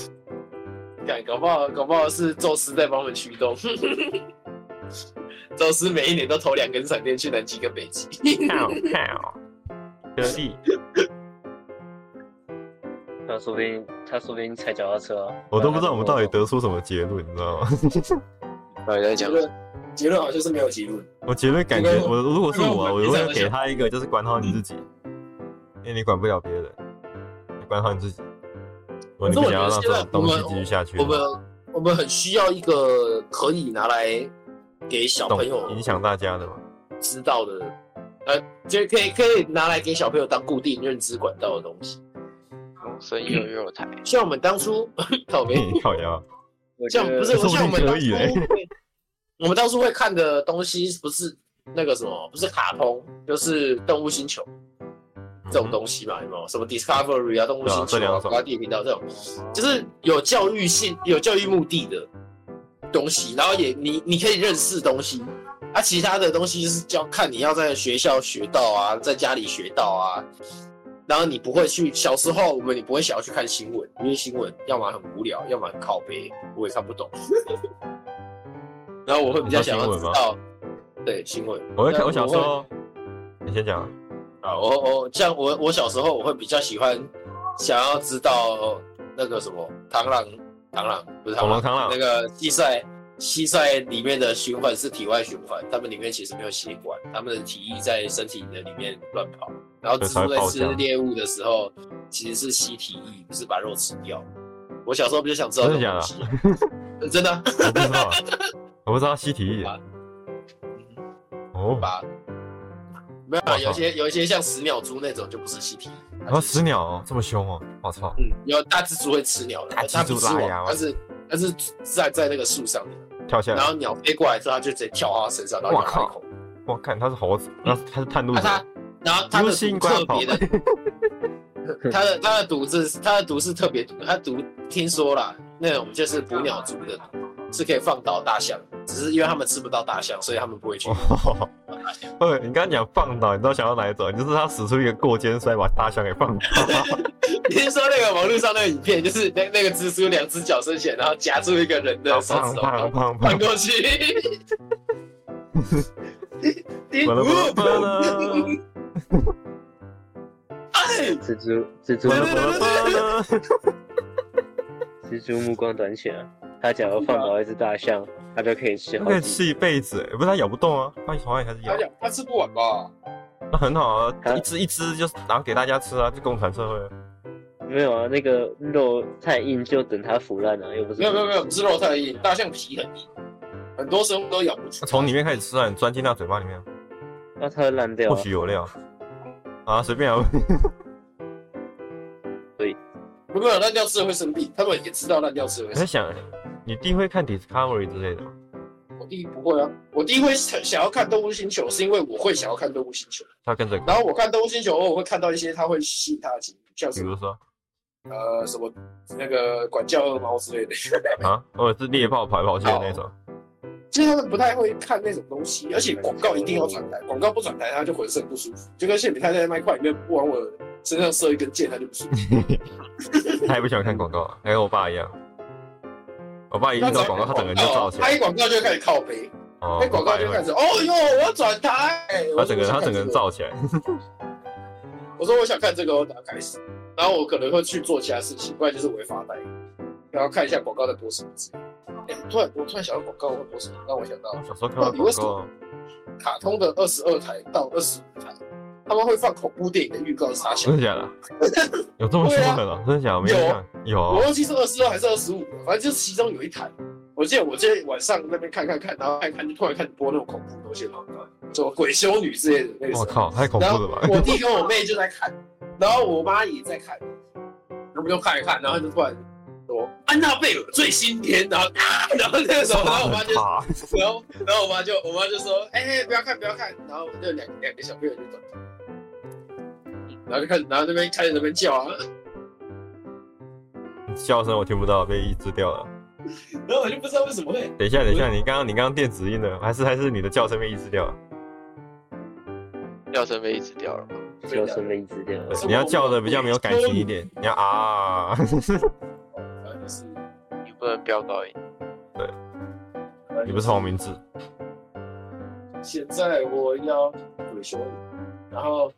[SPEAKER 2] (laughs) 干搞不好搞不好是宙斯在帮我们驱动。宙斯每一年都投两根闪电去南极跟北极。
[SPEAKER 1] 靠靠，可以。
[SPEAKER 4] 他说不定，他说不定踩脚踏车啊、
[SPEAKER 1] 我都不知道我们到底得出什么结论，你知道吗？ (laughs)
[SPEAKER 3] 到底在
[SPEAKER 6] 结
[SPEAKER 3] 讲
[SPEAKER 6] 论结论好像是没有结论，
[SPEAKER 1] 我结论感觉，我如果是我啊，我
[SPEAKER 6] 这个我
[SPEAKER 1] 会给他一个，就是管好你自己，因为你管不了别人，你管好你自己。我你
[SPEAKER 2] 可
[SPEAKER 1] 不
[SPEAKER 2] 是
[SPEAKER 1] 想要
[SPEAKER 2] 我觉
[SPEAKER 1] 让这
[SPEAKER 2] 得
[SPEAKER 1] 种东
[SPEAKER 2] 现
[SPEAKER 1] 西
[SPEAKER 2] 在
[SPEAKER 1] 继续下去
[SPEAKER 2] 我
[SPEAKER 1] 的
[SPEAKER 2] 们
[SPEAKER 1] 话，
[SPEAKER 2] 我们很需要一个可以拿来给小朋友
[SPEAKER 1] 懂影响大家的嘛？
[SPEAKER 2] 知道的，呃，就可以可以拿来给小朋友当固定认知管道的东西。
[SPEAKER 3] 生意有又
[SPEAKER 2] (laughs)
[SPEAKER 3] 有台，
[SPEAKER 2] 像我们当初 (laughs) 靠
[SPEAKER 1] (laughs)
[SPEAKER 2] 没，
[SPEAKER 1] 靠呀，
[SPEAKER 4] 我觉
[SPEAKER 2] 像
[SPEAKER 4] 得
[SPEAKER 2] 不是
[SPEAKER 1] 可是我
[SPEAKER 2] 像我们
[SPEAKER 1] 觉得
[SPEAKER 2] 当初
[SPEAKER 1] 可以欸
[SPEAKER 2] 会，我们当初会看的东西不是那个什么，不是卡通，就是动物星球。这种东西嘛，有没有什么 Discovery 啊、动物星
[SPEAKER 1] 对啊这
[SPEAKER 2] 球
[SPEAKER 1] 两
[SPEAKER 2] 啊、
[SPEAKER 1] 种
[SPEAKER 2] 国家地理频道这种，就是有教育性、有教育目的的东西，然后也你你可以认识东西，啊，其他的东西就是教看你要在学校学到啊，在家里学到啊，然后你不会去小时候我们你不会想要去看新闻，因为新闻要么很无聊，要么很靠背，我也看不懂。 (laughs) 然后我会比较想要知
[SPEAKER 1] 你说
[SPEAKER 2] 道，对新闻，
[SPEAKER 1] 我会看，
[SPEAKER 2] 但
[SPEAKER 1] 我小时
[SPEAKER 2] 会
[SPEAKER 1] 候，你先讲，
[SPEAKER 2] 啊，我我像我我小时候我会比较喜欢想要知道那个什么螳螂螳螂不是螳
[SPEAKER 1] 恐龙
[SPEAKER 2] 螂
[SPEAKER 1] 螳
[SPEAKER 2] 那
[SPEAKER 1] 螂，
[SPEAKER 2] 个蟋蟀蟋蟀里面的循环是体外循环，它们里面其实没有血管，它们的体液在身体的里面乱跑。然后
[SPEAKER 1] 对
[SPEAKER 2] 蜘
[SPEAKER 1] 才会
[SPEAKER 2] 蛛在
[SPEAKER 1] 爆
[SPEAKER 2] 吃
[SPEAKER 1] 浆
[SPEAKER 2] 猎物的时候其实是吸体液，不是把肉吃掉。我小时候不就想知道
[SPEAKER 1] 真
[SPEAKER 2] 这
[SPEAKER 1] 的假
[SPEAKER 2] 种东
[SPEAKER 1] 的？
[SPEAKER 2] 西，呃 (laughs) 真
[SPEAKER 1] (laughs)
[SPEAKER 2] 的啊
[SPEAKER 1] 我不知道啊，我不知道西体液
[SPEAKER 2] 啊。
[SPEAKER 1] 哦，
[SPEAKER 2] 吧？没有
[SPEAKER 1] 我
[SPEAKER 2] 啊，
[SPEAKER 1] 操
[SPEAKER 2] 有些有一些像食鸟蛛那种就不是吸体液，它
[SPEAKER 1] 然后
[SPEAKER 2] 是
[SPEAKER 1] 死鸟哦这么凶哦，我操！
[SPEAKER 2] 嗯，有大蜘蛛会吃鸟的，
[SPEAKER 1] 大蜘蛛
[SPEAKER 2] 它不是
[SPEAKER 1] 拉
[SPEAKER 2] 我
[SPEAKER 1] 牙吗
[SPEAKER 2] 它是它是在在那个树上的，
[SPEAKER 1] 跳下
[SPEAKER 2] 然
[SPEAKER 1] 来
[SPEAKER 2] 后，鸟飞过来之后，它就直接跳到它身上，然后咬它一口。
[SPEAKER 1] 我看它是猴子，那它是探路
[SPEAKER 2] 啊
[SPEAKER 1] 者，
[SPEAKER 2] 它，然后它
[SPEAKER 1] 入
[SPEAKER 2] 的
[SPEAKER 1] 侵
[SPEAKER 2] (laughs) 毒
[SPEAKER 1] 瓜
[SPEAKER 2] 特别的，他的他的毒是他的毒是特别毒，他毒听说啦，那种就是捕鸟族的毒，是可以放倒大象，只是因为他们吃不到大象，所以他们不会 (laughs) 去。
[SPEAKER 1] 哦，对，你刚刚讲放倒，你知道想要哪一种？就是他使出一个过肩摔，把大象给放倒。
[SPEAKER 2] 你是说那个网络上那个影片，就是那那个蜘蛛两只脚伸起来，然后夹住一个人的手
[SPEAKER 1] 胖
[SPEAKER 2] 指头
[SPEAKER 1] 胖胖
[SPEAKER 2] 翻
[SPEAKER 1] 胖，
[SPEAKER 2] 过去？你
[SPEAKER 1] 巴拉巴拉巴拉
[SPEAKER 2] 哎
[SPEAKER 4] 蜘蛛蜘蛛
[SPEAKER 1] 巴拉巴拉巴拉
[SPEAKER 4] 蜘蛛目光短浅啊，他只要放
[SPEAKER 2] 啊
[SPEAKER 4] 倒一只大象，他就可以吃
[SPEAKER 1] 那
[SPEAKER 4] 好
[SPEAKER 1] 个
[SPEAKER 4] 几。
[SPEAKER 1] 吃一辈子，不是它咬不动啊，它好像还是咬
[SPEAKER 6] 他。讲他吃不完吧？
[SPEAKER 1] 那很好啊，
[SPEAKER 4] 啊
[SPEAKER 6] 嗯
[SPEAKER 1] 一只一只就是拿给大家吃啊，就共产社会啊。
[SPEAKER 4] 没有啊，那个肉太硬，就等它腐烂啊了，又不是
[SPEAKER 6] 没有没有没有，吃肉太硬，大象皮很硬，很多生物都咬不住
[SPEAKER 1] 那。从里面开始吃啊，你钻进它嘴巴里面啊，
[SPEAKER 4] 那它会烂掉
[SPEAKER 1] 或
[SPEAKER 4] 啊。
[SPEAKER 1] 许有料啊，随便啊。
[SPEAKER 6] 不过烂掉吃会生病，他们也知道烂掉吃会
[SPEAKER 1] 我
[SPEAKER 6] 生
[SPEAKER 1] 在
[SPEAKER 6] 病。
[SPEAKER 1] 想，你弟会看 Discovery 之类的吗？
[SPEAKER 6] 我弟不会啊，我弟会想要看《动物星球》，是因为我会想要看《动物星球》，
[SPEAKER 1] 他跟着看，
[SPEAKER 6] 然后我看《动物星球》，偶尔会看到一些他会吸引他的情绪，像
[SPEAKER 1] 比
[SPEAKER 6] 是
[SPEAKER 1] 如说
[SPEAKER 6] 呃什么那个管教恶猫之类的。
[SPEAKER 1] 啊，或者是猎豹跑来跑去的那种。
[SPEAKER 6] 其实他们不太会看那种东西，而且广告一定要转台，
[SPEAKER 1] 嗯
[SPEAKER 6] 广告不转台他就浑身不舒服，就跟谢敏太在麦块里面不往我身上射一根箭，他就
[SPEAKER 1] (laughs)
[SPEAKER 6] 不舒服。
[SPEAKER 1] 他也不喜欢看广告，啊还跟我爸一样。我爸一遇
[SPEAKER 6] 那哦
[SPEAKER 1] 到广告，他整个人就燥起
[SPEAKER 6] 他
[SPEAKER 1] 来。
[SPEAKER 6] 一广告就开始靠背，
[SPEAKER 1] 哦
[SPEAKER 6] 那广告就开始，哦哟，我要转台，
[SPEAKER 1] 他整个他整个人
[SPEAKER 6] 照。
[SPEAKER 1] 燥起来。
[SPEAKER 6] 我说我想看这个，我打开始，然后我可能会去做其他事情，不然就是我会发呆，然后看一下广告在播什么之类的。哎，突然我突然想到广告会播什么，让我想到
[SPEAKER 1] 我小时候看到
[SPEAKER 6] 到底
[SPEAKER 1] 广
[SPEAKER 6] 为什么
[SPEAKER 1] 告，
[SPEAKER 6] 卡通的二十二台到二十五台，他们会放恐怖电影的预告插小
[SPEAKER 1] 真。的假的？有这么凶狠哦？真的假的？我没印象。有
[SPEAKER 6] 啊
[SPEAKER 1] 啊
[SPEAKER 6] 我，忘记是二十二还是二十五，反正就是其中有一台。我记得我今天晚上那边看看看，然后看一看就突然开始播那种恐怖的东西嘛，什么鬼修女之类的那个时
[SPEAKER 1] 我
[SPEAKER 6] 候。
[SPEAKER 1] 靠，太恐
[SPEAKER 6] 然
[SPEAKER 1] 怖
[SPEAKER 6] 后
[SPEAKER 1] 了吧！
[SPEAKER 6] 我弟跟我妹就在看，然后我妈也在看，然后我们就看一看，然后就突然说安娜贝尔最新片，然后 (laughs) 啊，然后那个时候，然后我妈就，
[SPEAKER 1] 怕啊
[SPEAKER 6] 然后然后我妈就我妈就说，哎、哎不要看不要看，然后就两两个小朋友就走，然后就开始然后那边开始那边叫啊，
[SPEAKER 1] 笑声我听不到，被抑制掉了。
[SPEAKER 6] 然后我就不知道为什么会。
[SPEAKER 1] 等一下，等一下，你刚刚你刚刚电子音的，还是还是你的叫声被抑制掉了？
[SPEAKER 3] 廖神被一直掉了吗？
[SPEAKER 4] 就是没一只掉了。
[SPEAKER 1] 对你要叫的比较没有感情一点，你要啊， (laughs)
[SPEAKER 6] 然后就是
[SPEAKER 3] 你不能飙高音，
[SPEAKER 1] 你不是黄明志，
[SPEAKER 6] 现在我要鬼修女，然后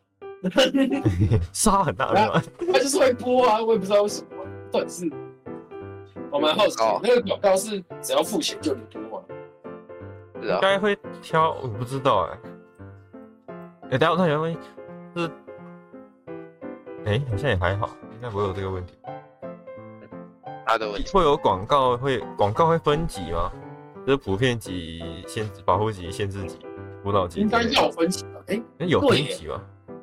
[SPEAKER 1] 沙很大对吧？
[SPEAKER 6] 他就是会播啊，我也不知道为什么，到底是我蛮好奇
[SPEAKER 3] 哦，
[SPEAKER 6] 那个广告是只要付钱就能播啊吗？
[SPEAKER 3] 是
[SPEAKER 1] 应
[SPEAKER 3] 啊，
[SPEAKER 1] 该会挑，我不知道哎、哎、等一下我突然想问，是，哎、好像也还好，应该不会有这个问题。
[SPEAKER 3] 他的问题。
[SPEAKER 1] 会有广告会广告会分级吗？就是普遍级、限制保护级、限制级、辅导级之
[SPEAKER 6] 应
[SPEAKER 1] 类的，
[SPEAKER 6] 该要分级吧？哎，
[SPEAKER 1] 诶有
[SPEAKER 6] 对
[SPEAKER 1] 分
[SPEAKER 6] 耶
[SPEAKER 1] 级吗？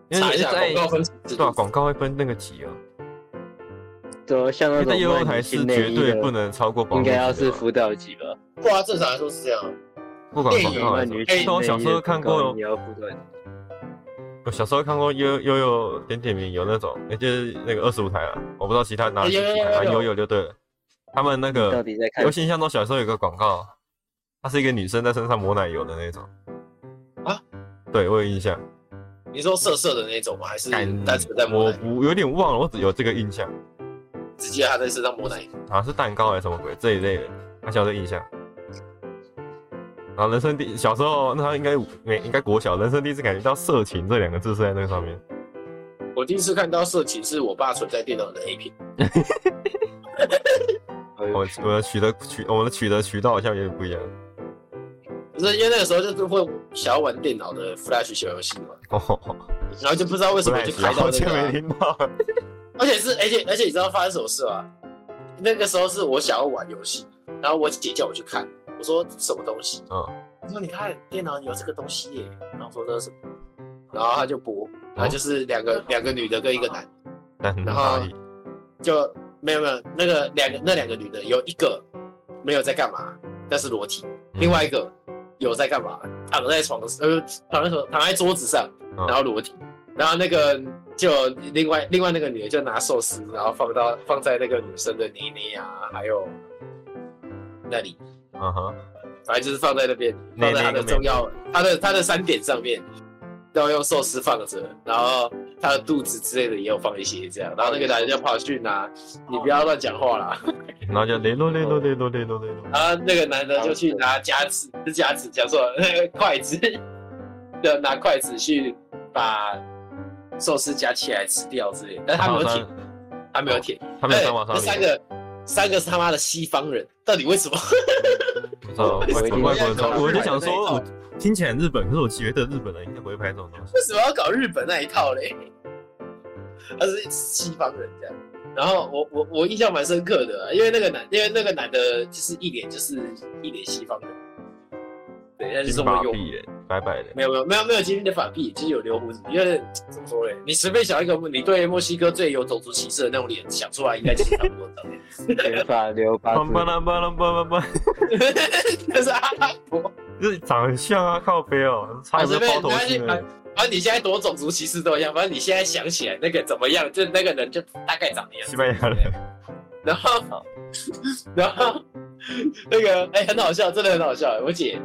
[SPEAKER 1] 因
[SPEAKER 6] 查
[SPEAKER 1] 为
[SPEAKER 6] 一下
[SPEAKER 1] 在
[SPEAKER 6] 广告分级制
[SPEAKER 1] 对啊，
[SPEAKER 6] 度。
[SPEAKER 1] 广告会分那个级啊，
[SPEAKER 4] 对啊，像
[SPEAKER 1] 因
[SPEAKER 4] 那
[SPEAKER 1] 为
[SPEAKER 4] 种
[SPEAKER 1] 在优
[SPEAKER 4] 卖
[SPEAKER 1] 优台
[SPEAKER 4] 女
[SPEAKER 1] 是
[SPEAKER 4] 性内
[SPEAKER 1] 绝
[SPEAKER 4] 衣
[SPEAKER 1] 对
[SPEAKER 4] 的
[SPEAKER 1] 不能超过保护
[SPEAKER 4] 应
[SPEAKER 1] 级的
[SPEAKER 4] 该
[SPEAKER 1] 吧
[SPEAKER 4] 要是辅导级吧？
[SPEAKER 2] 不啊，正常来说是这样。
[SPEAKER 1] 不管广
[SPEAKER 2] 电影
[SPEAKER 1] 告
[SPEAKER 4] 卖
[SPEAKER 1] 还是
[SPEAKER 4] 女
[SPEAKER 1] 什么哎
[SPEAKER 4] 性
[SPEAKER 1] 但我小时候看过
[SPEAKER 4] 内衣的广告你要辅导。
[SPEAKER 1] 我小时候看过悠悠悠点点名有那种，也就是那个二十五台啊，我不知道其他哪
[SPEAKER 2] 哦
[SPEAKER 1] 几
[SPEAKER 2] 有有
[SPEAKER 1] 台，
[SPEAKER 2] 有
[SPEAKER 4] 哎
[SPEAKER 1] 反正
[SPEAKER 2] 有
[SPEAKER 1] 悠悠就对了。他们那
[SPEAKER 4] 到
[SPEAKER 1] 个，
[SPEAKER 4] 底在看
[SPEAKER 1] 我？印象中小呃时候有个广告，它是一个女生在身上抹奶油的那种。
[SPEAKER 2] 啊？
[SPEAKER 1] 对，我有印象。
[SPEAKER 2] 你说色色的那种吗？还是
[SPEAKER 1] 干
[SPEAKER 2] 单纯在摸
[SPEAKER 1] 我
[SPEAKER 2] 奶？
[SPEAKER 1] 我有点忘了，我只有这个印象，
[SPEAKER 2] 直接他在身上摸奶？
[SPEAKER 1] 好啊像是蛋糕还是什么鬼这一类的，他小时候印象。然后人生第小时候，那他应该没应该国小，人生第一次感觉到色情这两个字是在那个上面。
[SPEAKER 2] 我第一次看到色情是我爸存在电脑的 A 片，
[SPEAKER 1] 我我的取得渠我们的取得渠道好像有点不一样。 (laughs)
[SPEAKER 2] 不是因为那个时候就是会想要玩电脑的 Flash 小游戏嘛，
[SPEAKER 1] 哦，
[SPEAKER 2] 然后就不知道为什么就开到
[SPEAKER 1] 我
[SPEAKER 2] 那个啊、
[SPEAKER 1] 没听到。
[SPEAKER 2] 而且是而且而且你知道发生什么事吗？那个时候是我想要玩游戏，然后我姐叫我去看，我说什么东西？
[SPEAKER 1] 嗯，
[SPEAKER 2] 她说你看电脑有这个东西耶，然后我说这是什么？然后他就播，然后就是两个、两个女的跟一个男的。
[SPEAKER 1] 但很大意，
[SPEAKER 2] 就没有没有那个两个那两个女的有一个没有在干嘛，但是裸体；另外一个有在干嘛，躺在床呃躺在床躺在桌子上，
[SPEAKER 1] 嗯
[SPEAKER 2] 然后裸体。然后那个就另外另外那个女的就拿寿司，然后放到放在那个女生的妮妮啊，还有那里，
[SPEAKER 1] 嗯哼，
[SPEAKER 2] 反正就是放在那边，
[SPEAKER 1] 那
[SPEAKER 2] 放在她
[SPEAKER 1] 那
[SPEAKER 2] 的
[SPEAKER 1] 个妹
[SPEAKER 2] 重要，她的她的三点上面，然后用寿司放着，然后她的肚子之类的也有放一些这样，然后那个男人就跑去拿，你不要乱讲话啦，
[SPEAKER 1] 然后就雷洛雷洛雷洛雷洛雷洛，
[SPEAKER 2] 然后那个男的就去拿夹子，不是夹子，讲错了，那个筷子，就拿筷子去把寿司夹起来吃掉之类的，但他没有舔，他没有舔，
[SPEAKER 1] 哦他们有上网上
[SPEAKER 2] 那三个三个是他妈的西方人，到底为什么？ (laughs)
[SPEAKER 1] 不知道外国外国人超，我就想说，我听起来很日本，可是我觉得日本人应该不会拍这种东西。
[SPEAKER 2] 为什么要搞日本那一套嘞？他是西方人这样。然后我我我印象蛮深刻的啊、因为那个男，因为那个男的就是一脸就是一脸西方人，对，他就是
[SPEAKER 1] 金
[SPEAKER 2] 我
[SPEAKER 1] 发
[SPEAKER 2] 有
[SPEAKER 1] 碧眼，白白的，
[SPEAKER 2] 没有没有没有没有今天的反币，就是有留胡子，因为怎么说嘞？你随便想一个，你对墨西哥最有种族歧视的那种脸想出来，应该就是他们长得。
[SPEAKER 4] 卷发留八字
[SPEAKER 1] 棒，棒啦棒啦棒棒棒，
[SPEAKER 2] 但是啊
[SPEAKER 1] (laughs)
[SPEAKER 2] 阿拉伯，
[SPEAKER 1] 就是长得像啊，靠背哦，差
[SPEAKER 2] 啊
[SPEAKER 1] 点就
[SPEAKER 2] 随便
[SPEAKER 1] 包
[SPEAKER 2] 没
[SPEAKER 1] 头
[SPEAKER 2] 关系，
[SPEAKER 1] 巾了
[SPEAKER 2] 反。反正你现在多种族歧视都一样，反正你现在想起来那个怎么样，就那个人就大概长那样子。
[SPEAKER 1] 西班牙人，
[SPEAKER 2] 然后，然后那个哎、很好笑，真的很好笑。我姐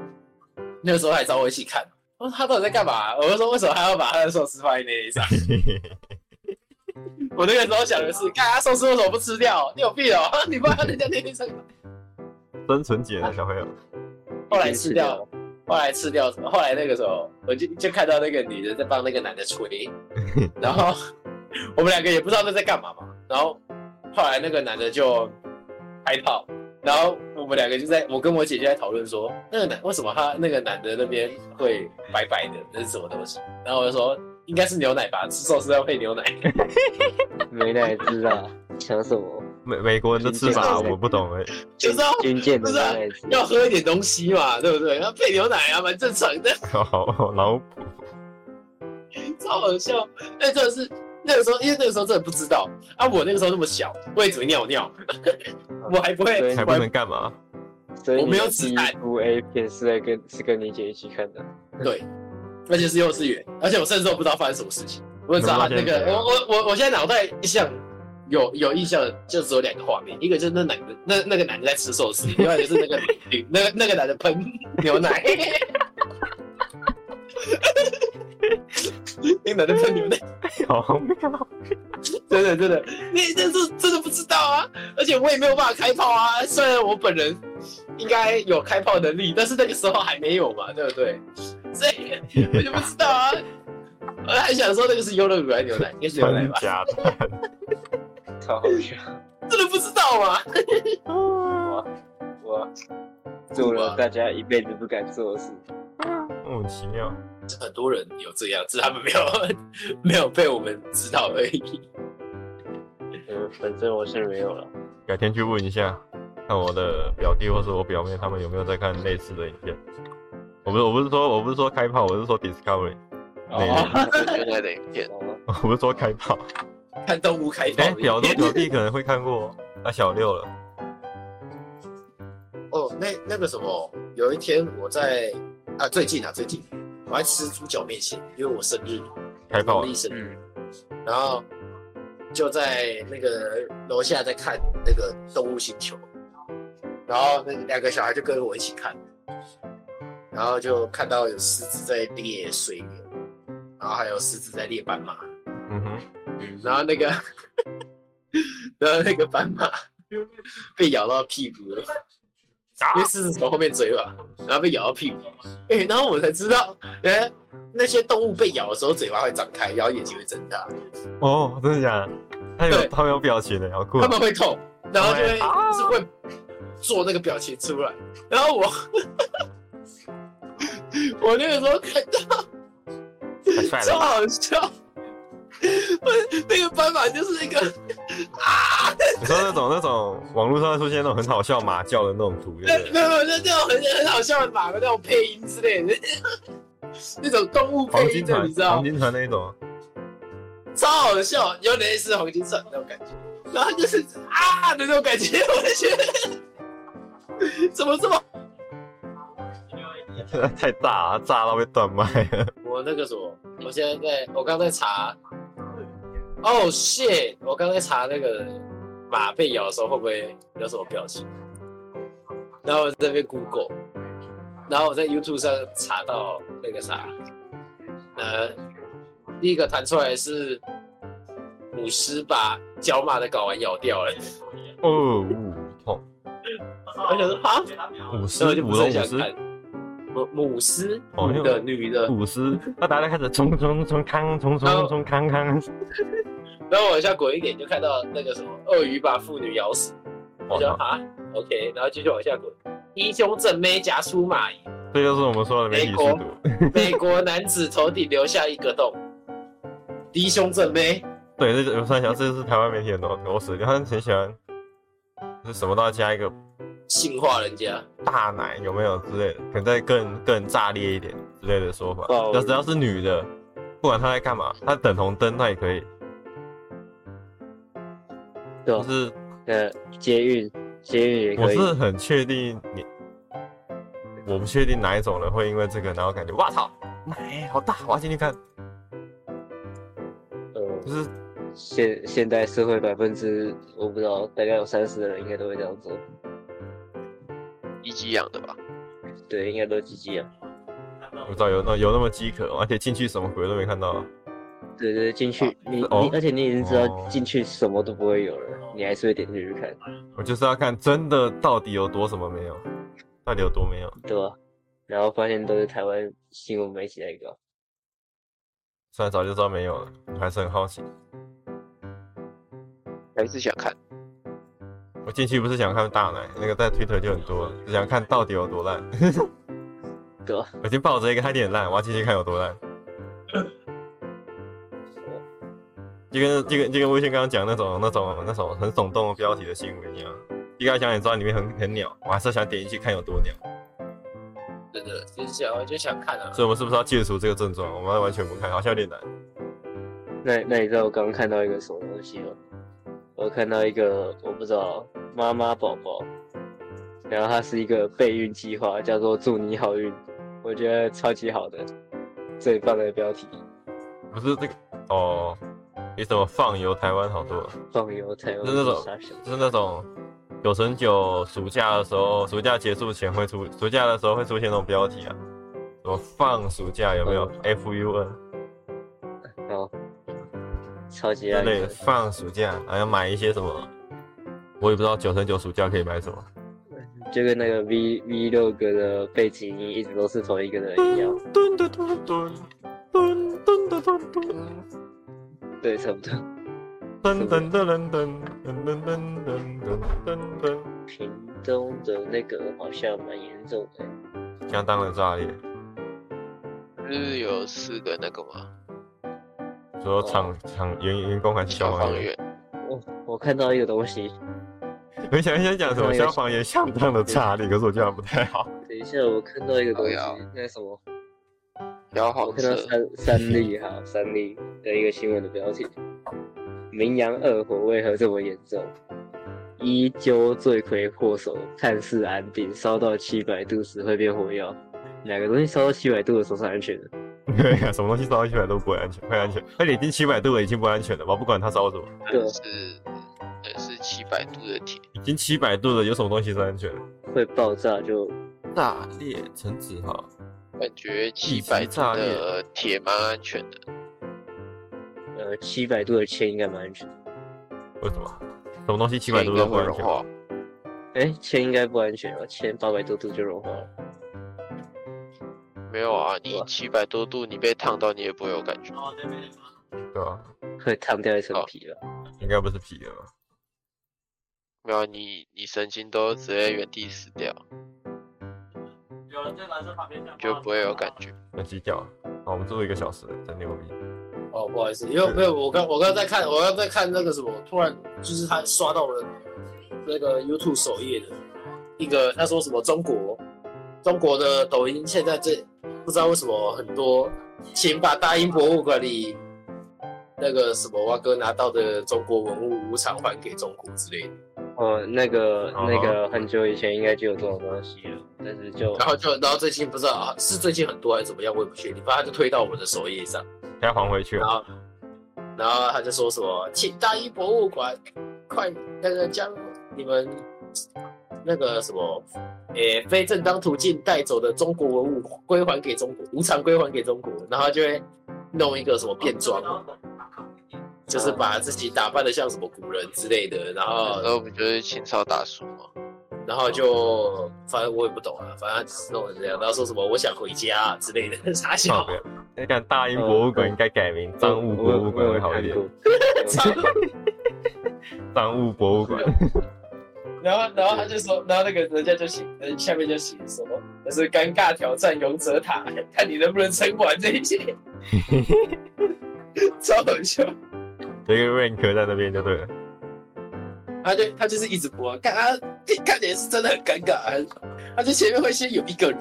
[SPEAKER 2] 那个时候还找我一起看，我说她到底在干嘛？我就说为什么她要把她的寿司放在那一上？我那个时候想的是，看她寿司为什么不吃掉？你有病哦！ (laughs) 你放在人家那一上。
[SPEAKER 1] (laughs) 真纯洁的小朋友，
[SPEAKER 2] 后来吃掉，后来吃掉，后来那个时候我就就看到那个女的在帮那个男的吹，然后我们两个也不知道那在干嘛嘛，然后后来那个男的就拍套，然后我们两个就在我跟我姐就在讨论说，那个男为什么他那个男的那边会白白的，那是什么东西？然后我就说应该是牛奶吧，吃寿司要配牛奶。 (laughs)
[SPEAKER 4] 没奶汁啊，想什么？
[SPEAKER 1] 美美国人的吃法我不懂哎，
[SPEAKER 2] 就是要
[SPEAKER 4] 军舰的
[SPEAKER 2] 不是啊
[SPEAKER 4] 没奶汁，
[SPEAKER 2] 要喝一点东西嘛，对不对？要配牛奶啊，蛮正常 (laughs) 的。
[SPEAKER 1] 好好老普，
[SPEAKER 2] 超好笑。那真的是那个时候，因为那个时候真的不知道啊，我那个时候那么小，我也只会尿 (laughs) 尿，我还不会，
[SPEAKER 4] 对
[SPEAKER 1] 还
[SPEAKER 2] 我
[SPEAKER 1] 不
[SPEAKER 2] 还
[SPEAKER 1] 能干嘛？
[SPEAKER 4] 所以
[SPEAKER 2] 我没有
[SPEAKER 4] 你的
[SPEAKER 2] 子
[SPEAKER 4] 第一
[SPEAKER 2] 弹
[SPEAKER 4] 部 A 片是在跟是跟你姐一起看的，
[SPEAKER 2] 对，而且是幼稚园，而且我甚至都不知道发生什么事情，我只知道他那
[SPEAKER 1] 你
[SPEAKER 2] 个，
[SPEAKER 1] 们
[SPEAKER 2] 我我我我现在脑袋印象有有印象的就只有两个画面，一个就是那男的那那个男的在吃寿司，另外就是那个女那个那个男的喷
[SPEAKER 1] (laughs)
[SPEAKER 2] 牛奶。 (laughs) 那个男的喷牛奶，
[SPEAKER 1] 好妙，
[SPEAKER 2] 真的真的，你这是真的不知道啊！而且我也没有办法开炮啊。虽然我本人应该有开炮能力，但是那个时候还没有嘛，对不对？所
[SPEAKER 1] (laughs)
[SPEAKER 2] 以我就不知道啊。我还想说那个是优乐乳还是牛奶，应该是牛奶
[SPEAKER 1] 真
[SPEAKER 2] 吧？
[SPEAKER 1] 假的，
[SPEAKER 4] 超好笑！
[SPEAKER 2] 真的不知道啊嘛？
[SPEAKER 4] 我做了大家一辈子不敢做的事，
[SPEAKER 1] 莫名其妙。
[SPEAKER 2] 很多人有这样，只是他们没有没有被我们知道而已。
[SPEAKER 4] 嗯，反正我是没有了。
[SPEAKER 1] 改天去问一下，看我的表弟或是我表妹他们有没有在看类似的影片。我不是我不是说我不是说开炮，我是说 Discovery，那
[SPEAKER 2] 哦
[SPEAKER 1] 个
[SPEAKER 3] 原来的影片，
[SPEAKER 1] 我不是说开炮。
[SPEAKER 2] 看动物开炮
[SPEAKER 1] 哎、，表弟表弟可能会看过，他、小六了，
[SPEAKER 2] 哦，那那个什么，有一天我在啊，最近啊，最近我在吃猪脚面线，因为我生日，
[SPEAKER 1] 开炮
[SPEAKER 2] 农历生日，
[SPEAKER 4] 嗯，
[SPEAKER 2] 然后就在那个楼下在看那个《动物星球》，然后那两个小孩就跟我一起看，然后就看到有狮子在猎水牛，然后还有狮子在猎斑马，
[SPEAKER 1] 嗯哼，
[SPEAKER 2] 然后那个， (laughs) 然后那个斑马被咬到屁股了，因为狮子从后面追嘛，然后被咬到屁股。哎、然后我才知道，哎、那些动物被咬的时候，嘴巴会张开，然后眼睛会睁大，
[SPEAKER 1] 哦，真的假的？他有
[SPEAKER 2] 对
[SPEAKER 1] 他们有表情的，好
[SPEAKER 2] (laughs)
[SPEAKER 1] 酷
[SPEAKER 2] 它
[SPEAKER 1] 哦。
[SPEAKER 2] 们会痛，然后就会
[SPEAKER 1] 对啊
[SPEAKER 2] 就是会做那个表情出来。然后我，我那个时候看到。
[SPEAKER 1] 太帅
[SPEAKER 2] 超
[SPEAKER 1] 了，
[SPEAKER 2] 好笑。我那个斑马就是一个
[SPEAKER 1] 你说那种那种网络上会出现那种很好笑马叫的那种图，对
[SPEAKER 2] 那
[SPEAKER 1] 不
[SPEAKER 2] 没
[SPEAKER 1] 对？
[SPEAKER 2] 有没有，就那种很很好笑的马的那种配音之类的， (laughs) 那种动物
[SPEAKER 1] 黄
[SPEAKER 2] 配音
[SPEAKER 1] 金
[SPEAKER 2] 的，
[SPEAKER 1] 船
[SPEAKER 2] 你知，道
[SPEAKER 1] 黄
[SPEAKER 2] 吗，
[SPEAKER 1] 金船那一种，
[SPEAKER 2] 超好笑，有点类似黄金船那种感觉，然后就是啊的那种感觉，我就觉得 (laughs) 怎么这么……
[SPEAKER 1] 太炸了，炸到被断麦了。
[SPEAKER 2] 嗯我那个什么，我现在在我刚在查哦、shit！我刚才查那个马被咬的时候会不会有什么表情，然后我在那边 Google，然后我在 YouTube 上查到那个啥，呃，第一个弹出来是母狮把角马的睾丸咬掉了，
[SPEAKER 1] 哦，痛，
[SPEAKER 2] 我想说哈，
[SPEAKER 1] 五
[SPEAKER 2] 然后我
[SPEAKER 1] 十
[SPEAKER 2] 就
[SPEAKER 1] 五
[SPEAKER 2] 不
[SPEAKER 1] 龙
[SPEAKER 2] 是很
[SPEAKER 1] 五
[SPEAKER 2] 想
[SPEAKER 1] 十
[SPEAKER 2] 看。母母狮
[SPEAKER 1] 哦
[SPEAKER 2] 女的女的，
[SPEAKER 1] 五十，那大家开始冲冲冲康冲冲冲康康，
[SPEAKER 2] 然后往下滚一点，就看到那个什么鳄鱼把妇女咬死，我
[SPEAKER 1] 我
[SPEAKER 2] 就
[SPEAKER 1] 操！
[SPEAKER 2] 啊，OK，然后继续往下滚。英雄正妹夹出马蚁，
[SPEAKER 1] 这就是我们说的媒体速度。
[SPEAKER 2] 美国男子头顶留下一个洞。敌兄正妹，
[SPEAKER 1] 对，这就我突然想，这就是台湾媒体很多螺丝，他们很喜欢，就是什么都要加一个
[SPEAKER 2] 性化人家，
[SPEAKER 1] 大奶有没有之类的，可能再更更炸裂一点之类的说法。
[SPEAKER 4] 哦
[SPEAKER 1] 要只要是女的，不管她在干嘛，她等红灯她也可以，
[SPEAKER 4] 对
[SPEAKER 1] 就
[SPEAKER 4] 吧？
[SPEAKER 1] 是
[SPEAKER 4] 呃，捷运，捷运也
[SPEAKER 1] 我
[SPEAKER 4] 可以。
[SPEAKER 1] 是很确定你，我不确定哪一种人会因为这个，然后感觉哇操，奶好大，我要进去看。
[SPEAKER 4] 呃
[SPEAKER 1] 就是
[SPEAKER 4] 现现代社会百分之我不知道，大概有三十的人应该都会这样做。
[SPEAKER 3] 一级养的吧？
[SPEAKER 4] 对，应该都积极啊。
[SPEAKER 1] 我知道有那有那么饥渴，而且进去什么鬼都没看到。啊
[SPEAKER 4] 对对，进去你
[SPEAKER 1] 哦
[SPEAKER 4] 你，而且你已经知
[SPEAKER 1] 哦
[SPEAKER 4] 道进去什么都不会有了，你还是会点进去看，
[SPEAKER 1] 我就是要看真的到底有多什么没有，到底有多没有。
[SPEAKER 4] 对吧？然后发现都是台湾新闻媒体在搞。
[SPEAKER 1] 虽然早就知道没有了，我还是很好奇。
[SPEAKER 3] 还是想看？
[SPEAKER 1] 我进去不是想看大奶，那个在 Twitter 就很多了，只想看到底有多烂。
[SPEAKER 4] 对啊
[SPEAKER 1] 我已经抱着一个它有点烂，我要进去看有多烂。就跟就跟就跟微信刚刚讲那种那种那种很耸动的标题的新闻一样，一开始想也知道里面很很鸟，我还是想点进去看有多鸟。
[SPEAKER 2] 真的就是想就想看啊。
[SPEAKER 1] 所以我们是不是要戒除这个症状？我们完全不看，好像有点难。
[SPEAKER 4] 那那你知道我刚刚看到一个什么东西吗？我看到一个我不知道妈妈宝宝，然后它是一个备孕计划，叫做“祝你好运”，我觉得超级好的，最棒的标题，
[SPEAKER 1] 不是这个哦，你怎么放游台湾好多了？
[SPEAKER 4] 放油台湾
[SPEAKER 1] 那那种
[SPEAKER 4] 傻小
[SPEAKER 1] 就是那种九成九暑假的时候，暑假结束前会出，暑假的时候会出现那种标题啊，什么放暑假有没有
[SPEAKER 4] 嗯
[SPEAKER 1] ？F U N
[SPEAKER 4] 哦，超级
[SPEAKER 1] 之
[SPEAKER 4] 爱
[SPEAKER 1] 类的，
[SPEAKER 4] 的，
[SPEAKER 1] 放暑假，还要买一些什么，我也不知道九成九暑假可以买什么。
[SPEAKER 4] 就跟那个 V V 六哥的背景音一直都是同一个人
[SPEAKER 1] (laughs)
[SPEAKER 4] 一样，
[SPEAKER 1] 噔噔噔噔噔噔噔噔噔
[SPEAKER 4] 对，差不多。
[SPEAKER 1] 噔噔噔噔噔噔噔噔噔噔噔，
[SPEAKER 4] 屏东的那个好像蛮严重的，
[SPEAKER 1] 相当的炸裂。
[SPEAKER 3] 就是有四个那个嘛，
[SPEAKER 1] 说厂厂员员工还是消
[SPEAKER 3] 消
[SPEAKER 1] 防
[SPEAKER 3] 防
[SPEAKER 1] 员？
[SPEAKER 3] 员，
[SPEAKER 4] 我我看到一个东西，
[SPEAKER 1] 我想想讲什么消防员相当的炸裂，可是我觉得不太好。
[SPEAKER 4] 等一下我看到一个东西
[SPEAKER 3] 哎呀，
[SPEAKER 4] 那什么？
[SPEAKER 3] 消
[SPEAKER 4] 我
[SPEAKER 3] 防
[SPEAKER 4] 看到
[SPEAKER 3] 车，
[SPEAKER 4] 三三例哈，三例的一个新闻的标题：明阳二火为何这么严重？一揪罪魁祸首，看似安定，烧到七百度时会变火药。哪个东西烧到七百度的时候是安全的？
[SPEAKER 1] 对呀、什么东西烧到七百度不会安全，会安全。而且已经七百度了，已经不安全了吧？不管它烧什么，
[SPEAKER 4] 对
[SPEAKER 3] 但是那是七百度的铁，
[SPEAKER 1] 已经七百度了，有什么东西是安全的？
[SPEAKER 4] 会爆炸就
[SPEAKER 1] 炸裂陈子豪，
[SPEAKER 3] 感觉七
[SPEAKER 1] 级
[SPEAKER 3] 百度
[SPEAKER 1] 炸裂
[SPEAKER 3] 的铁蛮安全的，
[SPEAKER 4] 呃七百度的铅应该蛮安全的。
[SPEAKER 1] 为什么？什么东西七
[SPEAKER 3] 铁
[SPEAKER 1] 百
[SPEAKER 3] 应
[SPEAKER 1] 度
[SPEAKER 3] 该
[SPEAKER 1] 都不
[SPEAKER 3] 会
[SPEAKER 1] 安
[SPEAKER 3] 融
[SPEAKER 1] 全？
[SPEAKER 3] 化。
[SPEAKER 4] 哎，铅应该不安全吧？铅八百多度就融化了。
[SPEAKER 3] 没有啊，你
[SPEAKER 4] 哇
[SPEAKER 3] 七百多度，你被烫到你也不会有感觉。
[SPEAKER 1] 对吧、
[SPEAKER 4] 会烫掉一层皮吧？
[SPEAKER 1] 应该不是皮的吧？
[SPEAKER 3] 没有啊，你你神经都直接原地死掉，就不会有感觉。
[SPEAKER 1] 那鸡叫。好，我们做一个小时了，真牛逼！
[SPEAKER 2] 哦，不好意思，因为没有我刚我刚在看，我刚在看那个什么，突然就是他刷到我的那个 YouTube 首页的一个，他说什么中国中国的抖音现在这不知道为什么很多，请把大英博物馆里那个什么蛙哥拿到的中国文物无偿还给中国之类的，
[SPEAKER 4] 哦，那个
[SPEAKER 1] 哦
[SPEAKER 4] 那个很久以前应该就有这种东西了，但是就
[SPEAKER 2] 然后就然后最近不知道啊是最近很多还是怎么样，我也不确定，反正他就推到我的首页上，
[SPEAKER 1] 现在还回去
[SPEAKER 2] 然
[SPEAKER 1] 了。
[SPEAKER 2] 后
[SPEAKER 7] 然后他就说什么，请大一博物馆快那个将你们那个什么，诶、非正当途径带走的中国文物归还给中国，无偿归还给中国，然后他就会弄一个什么变装，就是把自己打扮的像什么古人之类的，然后
[SPEAKER 3] 那不就是清朝大叔吗？
[SPEAKER 7] 然后就反正我也不懂啊，反正他只是弄成这样，然后说什么我想回家、啊、之类的， (laughs) 傻
[SPEAKER 1] 靠
[SPEAKER 7] 笑
[SPEAKER 1] 北。你看大英博物馆应该改名赃物博物馆会好一点，赃物博物馆。
[SPEAKER 2] 然后，然后他就说，然后那个人家就写，呃，下面就写什么，那是尴尬挑战勇者塔， (laughs) 看你能不能撑完这一切，超好笑。
[SPEAKER 1] 有一个 rank 在那边就对了。
[SPEAKER 2] 他就他就是一直播，看他看起来是真的很尴尬，啊他就前面会先有一个人，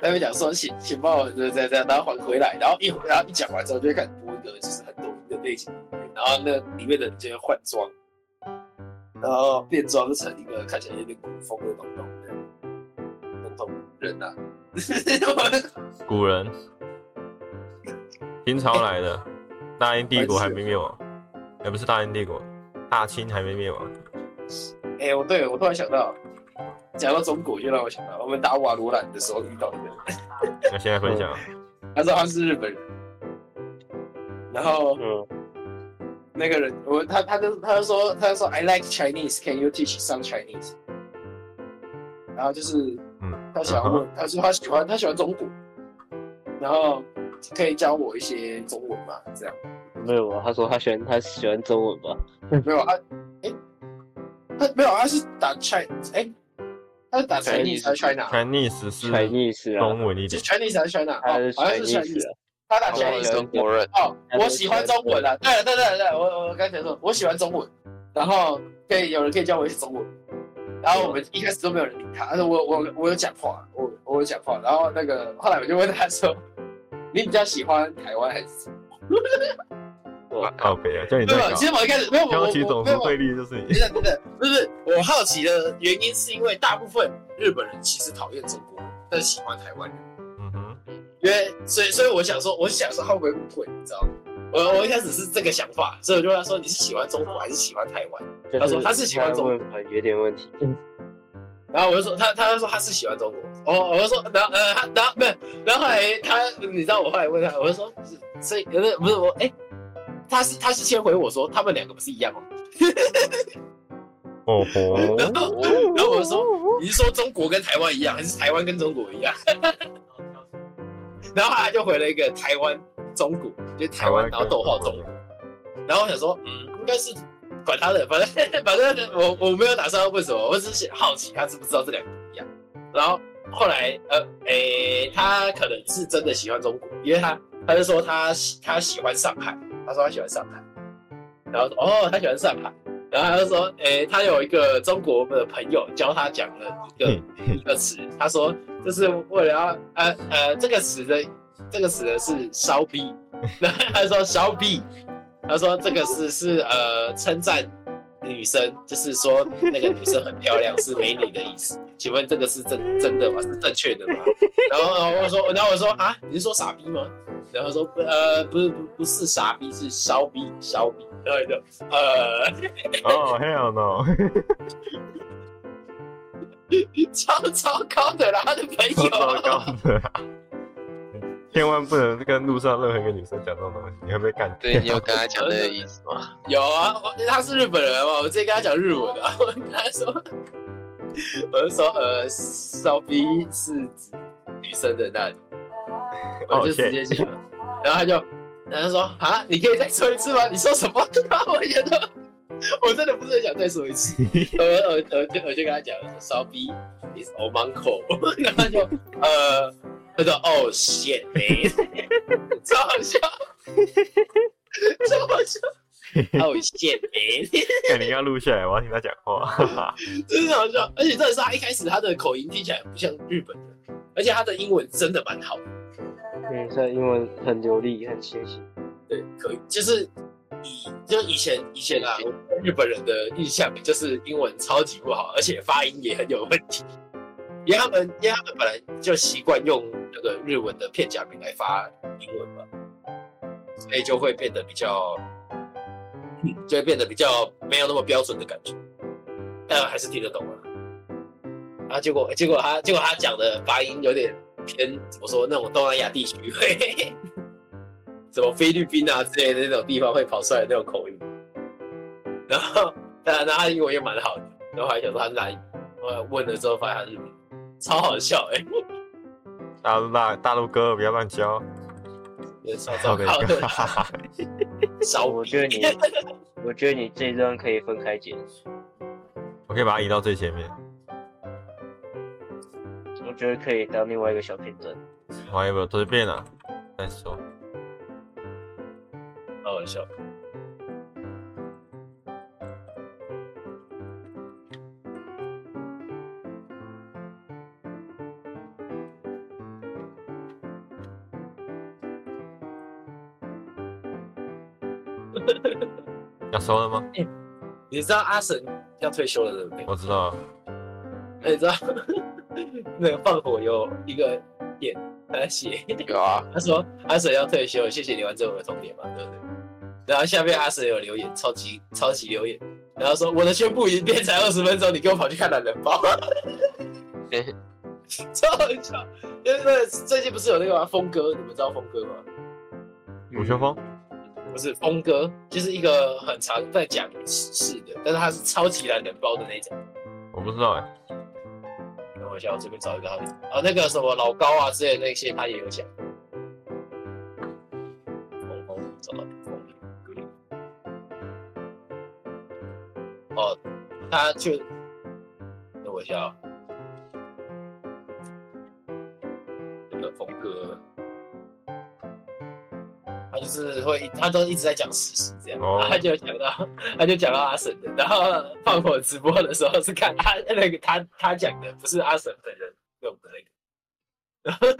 [SPEAKER 2] 他会讲说请请帮我这这这，然后还回来，然后一然后一讲完之后就会开始播一个就是很抖音的类型，然后那里面的人就会换装，然后变装成一个看起来有点古风的东东这样，东东人呐、啊， (laughs)
[SPEAKER 1] 古人，清朝来的，大英帝国还没灭亡，也不是大英帝国，大清还没灭亡。
[SPEAKER 2] 哎、我对我突然想到，讲到中国就让我想到我们打瓦罗兰的时候遇到的人。
[SPEAKER 1] 那现在分享，
[SPEAKER 2] 他说他是日本人，然后
[SPEAKER 8] 嗯，
[SPEAKER 2] 那个人我他他就他就说他就说 I like Chinese，Can you teach some Chinese？然后就是
[SPEAKER 1] 嗯，
[SPEAKER 2] 他想要问，他说他喜欢他喜欢中国，然后可以教我一些中文嘛？这样
[SPEAKER 4] 没有啊，他说他喜欢他喜欢中文吧？
[SPEAKER 2] 没有啊？哎、他没有，他是打 China，哎、他是打 Chinese
[SPEAKER 3] Chinese
[SPEAKER 2] 还是 China？
[SPEAKER 1] Chinese 是
[SPEAKER 4] Chinese 啊，
[SPEAKER 1] 中文一
[SPEAKER 2] 是
[SPEAKER 1] 点，
[SPEAKER 2] Chinese 还是 China？
[SPEAKER 4] 他是
[SPEAKER 2] 嗯哦，好像是
[SPEAKER 4] Chinese
[SPEAKER 2] Chinese，
[SPEAKER 4] 啊，
[SPEAKER 2] 他打
[SPEAKER 3] 他们
[SPEAKER 2] Chinese
[SPEAKER 3] 是中国 (laughs) 人，
[SPEAKER 2] 哦，我喜欢中文啊！对了对了对了，我我刚才说我喜欢中文，然后可以有人可以教我一些中文，然后我们一开始都没有人理他，但是我我我有讲话，我我有讲话，然后那个后来我就问他说，你比较喜欢台湾还是？
[SPEAKER 1] 靠北啊，叫你
[SPEAKER 2] 没
[SPEAKER 1] 在
[SPEAKER 2] 有，
[SPEAKER 1] 搞
[SPEAKER 2] 其，实我一开始没有我
[SPEAKER 1] 挑
[SPEAKER 2] 我
[SPEAKER 1] 起种
[SPEAKER 2] 我没
[SPEAKER 1] 族
[SPEAKER 2] 有，
[SPEAKER 1] 对立就是你
[SPEAKER 2] 真。的真的不是我好奇的原因是因为大部分日本人其实讨厌中国人，但喜欢台湾人。
[SPEAKER 1] 嗯哼，
[SPEAKER 2] 因为所以所以我想说，我想说他会不会误会，你知道吗？我我一开始是这个想法，所以我就问他说你是喜欢中国还是喜欢台湾？他说他是喜欢中
[SPEAKER 4] 文，有点问题。
[SPEAKER 2] 然后我就说他他就说他是喜欢中国，哦，我就说然后呃他然后没有，然后后来他你知道我后来问他，我就说是所以不是不是我哎、他是他是先回我说他们两个不是一样吗？
[SPEAKER 1] 哦吼，
[SPEAKER 2] 然后
[SPEAKER 3] 哦
[SPEAKER 2] 然后我就说 (laughs) 你是说中国跟台湾一样，还是台湾跟中国一样？然后后来他就回了一个台湾中国，就是台湾然后逗号中国。然后我想说，嗯，应该是管他的，反正 (laughs) 反正我我没有打算要问什么，我只是好奇他知不知道这两个不一样。然后后来呃，诶、他可能是真的喜欢中国，因为他他就说他喜他喜欢上海，他说他喜欢上海，然后说哦他喜欢上海，然后他就说，诶、他有一个中国的朋友教他讲了一个一个词，他说就是为了要呃呃这个词的这个词的是烧逼，然后他说烧逼。他说这个是是呃称赞女生，就是说那个女生很漂亮是美女的意思。请问这个是真真的吗？是正确的吗？然后然后我说，然后我说啊，你是说傻逼吗？然后他说不呃不是不不是傻逼，是骚逼骚逼。然后我就呃 (laughs)
[SPEAKER 1] 哦 hell no，
[SPEAKER 2] 超糟糕的啦，他的朋
[SPEAKER 1] 超糟
[SPEAKER 2] 友。
[SPEAKER 1] 糕的啊，千万不能跟路上任何一个女生讲这种东西，你会被
[SPEAKER 2] (laughs)
[SPEAKER 1] 干
[SPEAKER 3] 对你有跟他讲这个 (laughs) 意思吗？
[SPEAKER 2] 有啊，我他是日本人嘛，我直接跟他讲日文啊，我跟他说， (laughs) 我就说呃，骚逼是指女生的那里，
[SPEAKER 1] 哦
[SPEAKER 2] 我就直接讲，然后他就，然后他说啊，你可以再说一次吗？你说什么？ (laughs) 然后我觉得我真的不是很想再说一次，我我我就我就跟他讲，我说骚逼 is o m u n c l (laughs) 然后他就呃，他说哦 shit man，超 (laughs) 好笑，超好笑。哦，谢没，
[SPEAKER 1] 干哎你要录下来，我要听他讲话。
[SPEAKER 2] (laughs) 真的好笑。而且真的是他一开始他的口音听起来很不像日本人，而且他的英文真的蛮好的。呃
[SPEAKER 4] 嗯，他英文很流利，很清晰。
[SPEAKER 2] 对，可以，就是以就以前以前啊，我对日本人的印象就是英文超级不好，而且发音也很有问题。因为他们，因为他们本来就习惯用那个日文的片假名来发英文嘛，所以就会变得比较就会变得比较没有那么标准的感觉，但还是听得懂啊。啊，结果结果他结果他讲的发音有点偏，怎么说那种东南亚地区会，什么菲律宾啊之类的那种地方会跑出来的那种口音。然后，当然，他英文也蛮好的，然后还想说他是哪里，我问了之后发现他是日本人，超好笑哎、
[SPEAKER 1] 大陆大大陆哥不要乱教，
[SPEAKER 2] 欸，超
[SPEAKER 1] 好
[SPEAKER 2] 糟
[SPEAKER 1] 尴
[SPEAKER 2] 糕 (laughs) 的，
[SPEAKER 1] 尬。
[SPEAKER 2] 少
[SPEAKER 4] 我觉得你， (laughs) 我觉得你这一段可以分开剪，
[SPEAKER 1] 我可以把它移到最前面
[SPEAKER 4] 我觉得可以当另外一个小片段。
[SPEAKER 1] ，whatever，随便啊啦，再说。
[SPEAKER 2] 好好笑。
[SPEAKER 1] 要收了吗？
[SPEAKER 2] 你知道阿神要退休了对不对？
[SPEAKER 1] 我知道了，
[SPEAKER 2] 哎你知道 (laughs) 那个放火有一个点，他写
[SPEAKER 3] 有啊，
[SPEAKER 2] 他说阿神要退休，谢谢你完成我的童年嘛，对不对？然后下面阿神有留言，超级超级留言，然后说我的宣布已经变才二十分钟，你给我跑去看懒人包，超好笑。因为那个最近不是有那个吗峰哥，你们知道峰哥吗？
[SPEAKER 1] 鲁秋风，
[SPEAKER 2] 不是峰哥，就是一个很常在讲时事的，但是他是超级懒人包的那种。
[SPEAKER 1] 我不知道哎，
[SPEAKER 2] 等我一下，我这边找一个他的。啊，那个什么老高啊之类的那些，他也有讲。风风找到风哥。哦，他就等我一下、啊。那个峰哥，他就是会，他都一直在讲事实这样。
[SPEAKER 1] 哦
[SPEAKER 2] 然后他就讲到， (laughs) 他就讲到阿婶的，然后放火直播的时候是看他那个他他讲的，不是阿婶本人用的那个。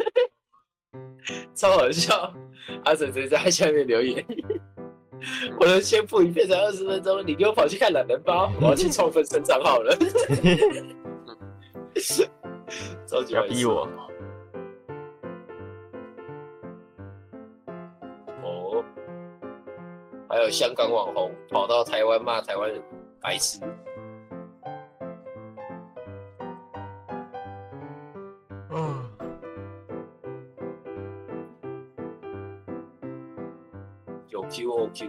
[SPEAKER 2] 然后 (laughs) 超好笑，阿婶直接在下面留言：“
[SPEAKER 1] 嗯
[SPEAKER 2] (laughs) 我的先铺影片才二十分钟，你给我跑去看懒人包，我要去创分身账号了。”超级
[SPEAKER 1] 不要逼我。
[SPEAKER 2] 哦，还有香港网红跑到台湾骂台湾人白痴，
[SPEAKER 1] 嗯，
[SPEAKER 2] 有 QOQ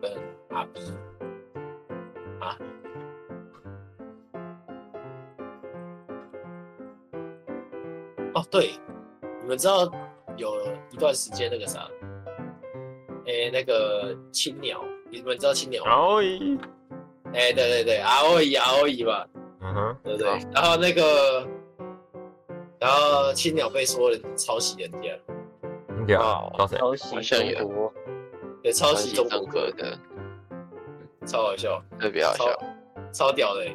[SPEAKER 2] 跟阿 B 啊，哦对，你们知道有一段时间那个啥，诶、那个青鸟，你们知道青鸟吗？
[SPEAKER 1] 然咦，
[SPEAKER 2] 哎、对对对，E，R 阿欧姨阿欧姨吧，
[SPEAKER 1] 嗯哼，
[SPEAKER 2] E 对不啊对？然后那个，然后青鸟被说人抄袭人家，
[SPEAKER 1] 你讲
[SPEAKER 3] 哦
[SPEAKER 1] 找谁？
[SPEAKER 4] 抄袭
[SPEAKER 3] 好像有
[SPEAKER 4] 中国，
[SPEAKER 2] 对，抄袭中国
[SPEAKER 3] 中国的，
[SPEAKER 2] 超好笑，
[SPEAKER 3] 特别好
[SPEAKER 2] 超
[SPEAKER 3] 笑。
[SPEAKER 2] 超屌的欸、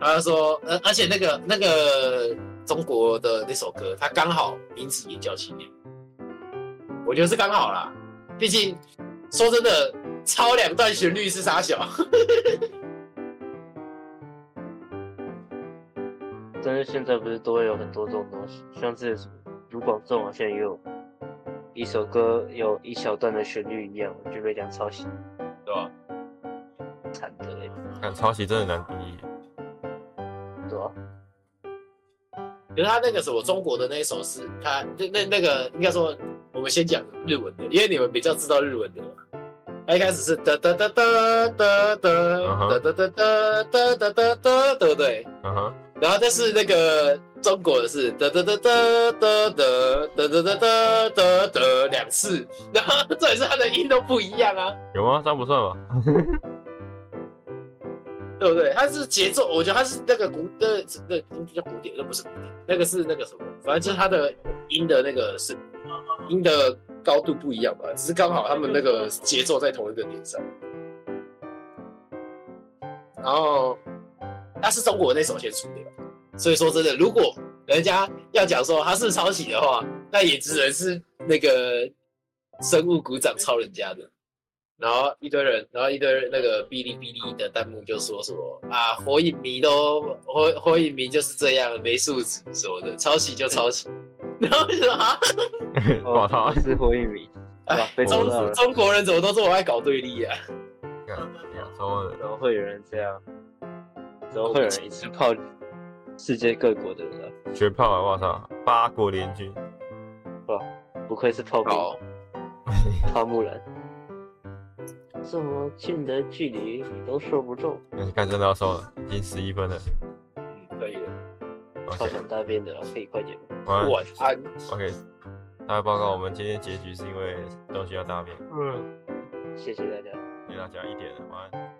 [SPEAKER 2] 他就说，呃，而且那个那个中国的那首歌，它刚好名字也叫青鸟，我觉得是刚好啦。毕竟说真的，抄两段旋律是傻小， (laughs)
[SPEAKER 4] 但是现在不是都会有很多这种东西，像这什么卢广仲好像也有一首歌有一小段的旋律一样，我就被讲抄袭，
[SPEAKER 2] 对啊吧？
[SPEAKER 4] 惨的嘞，
[SPEAKER 1] 看抄袭真的难逼，
[SPEAKER 4] 对啊吧、
[SPEAKER 2] 可是他那个什么中国的那一首是，他那那那个应该说，我们先讲日文的，因为你们比较知道日文的嘛。他一开始是哒哒哒哒哒哒哒哒哒哒哒哒哒哒，对不对？
[SPEAKER 1] 嗯哼，
[SPEAKER 2] 然后但是那个中国的是哒哒哒哒哒哒哒哒哒哒哒哒两次，然后这也是他的音都不一样啊，
[SPEAKER 1] 有吗？这样不算吧？
[SPEAKER 2] 对不对？他是节奏，我觉得他是那个古那那那叫古典，那不是古典，那个是那个什么，反正就是他的音的那个是音的高度不一样吧，只是刚好他们那个节奏在同一个点上。然后他是中国那首先出的吧，所以说真的，如果人家要讲说他是抄袭的话，那也只能是那个生物鼓掌抄人家的。然后一堆人，然后一堆人那个哔哩哔哩的弹幕就说什么啊，火影迷都火火影迷就是这样，没素质什么的，抄袭就抄袭。 (laughs) 然后我就说啊，
[SPEAKER 1] 我操 (laughs)
[SPEAKER 4] 哦哦，！是火影迷，哇，被
[SPEAKER 2] 中
[SPEAKER 4] 抓到了，
[SPEAKER 2] 中国人怎么都这么爱搞对立啊？
[SPEAKER 1] 干亚洲人
[SPEAKER 4] 怎么会有人这样？怎么会有人一次泡世界各国的人啊？
[SPEAKER 1] 绝炮啊！我操，八国联军，
[SPEAKER 4] 不愧是泡
[SPEAKER 3] 好
[SPEAKER 4] 泡，泡木兰。这么近的距离你都射不中，
[SPEAKER 1] 但哎看真的要收了，已经十一分了。
[SPEAKER 6] 嗯，可以了。
[SPEAKER 4] 超
[SPEAKER 1] OK，
[SPEAKER 4] 想大便的，可以快点。
[SPEAKER 1] 晚安
[SPEAKER 6] 晚
[SPEAKER 2] 啊
[SPEAKER 6] 安。
[SPEAKER 1] OK，大家报告，我们今天结局是因为东西要大便，
[SPEAKER 4] 嗯，谢谢大家。
[SPEAKER 1] 给大家一点了晚安。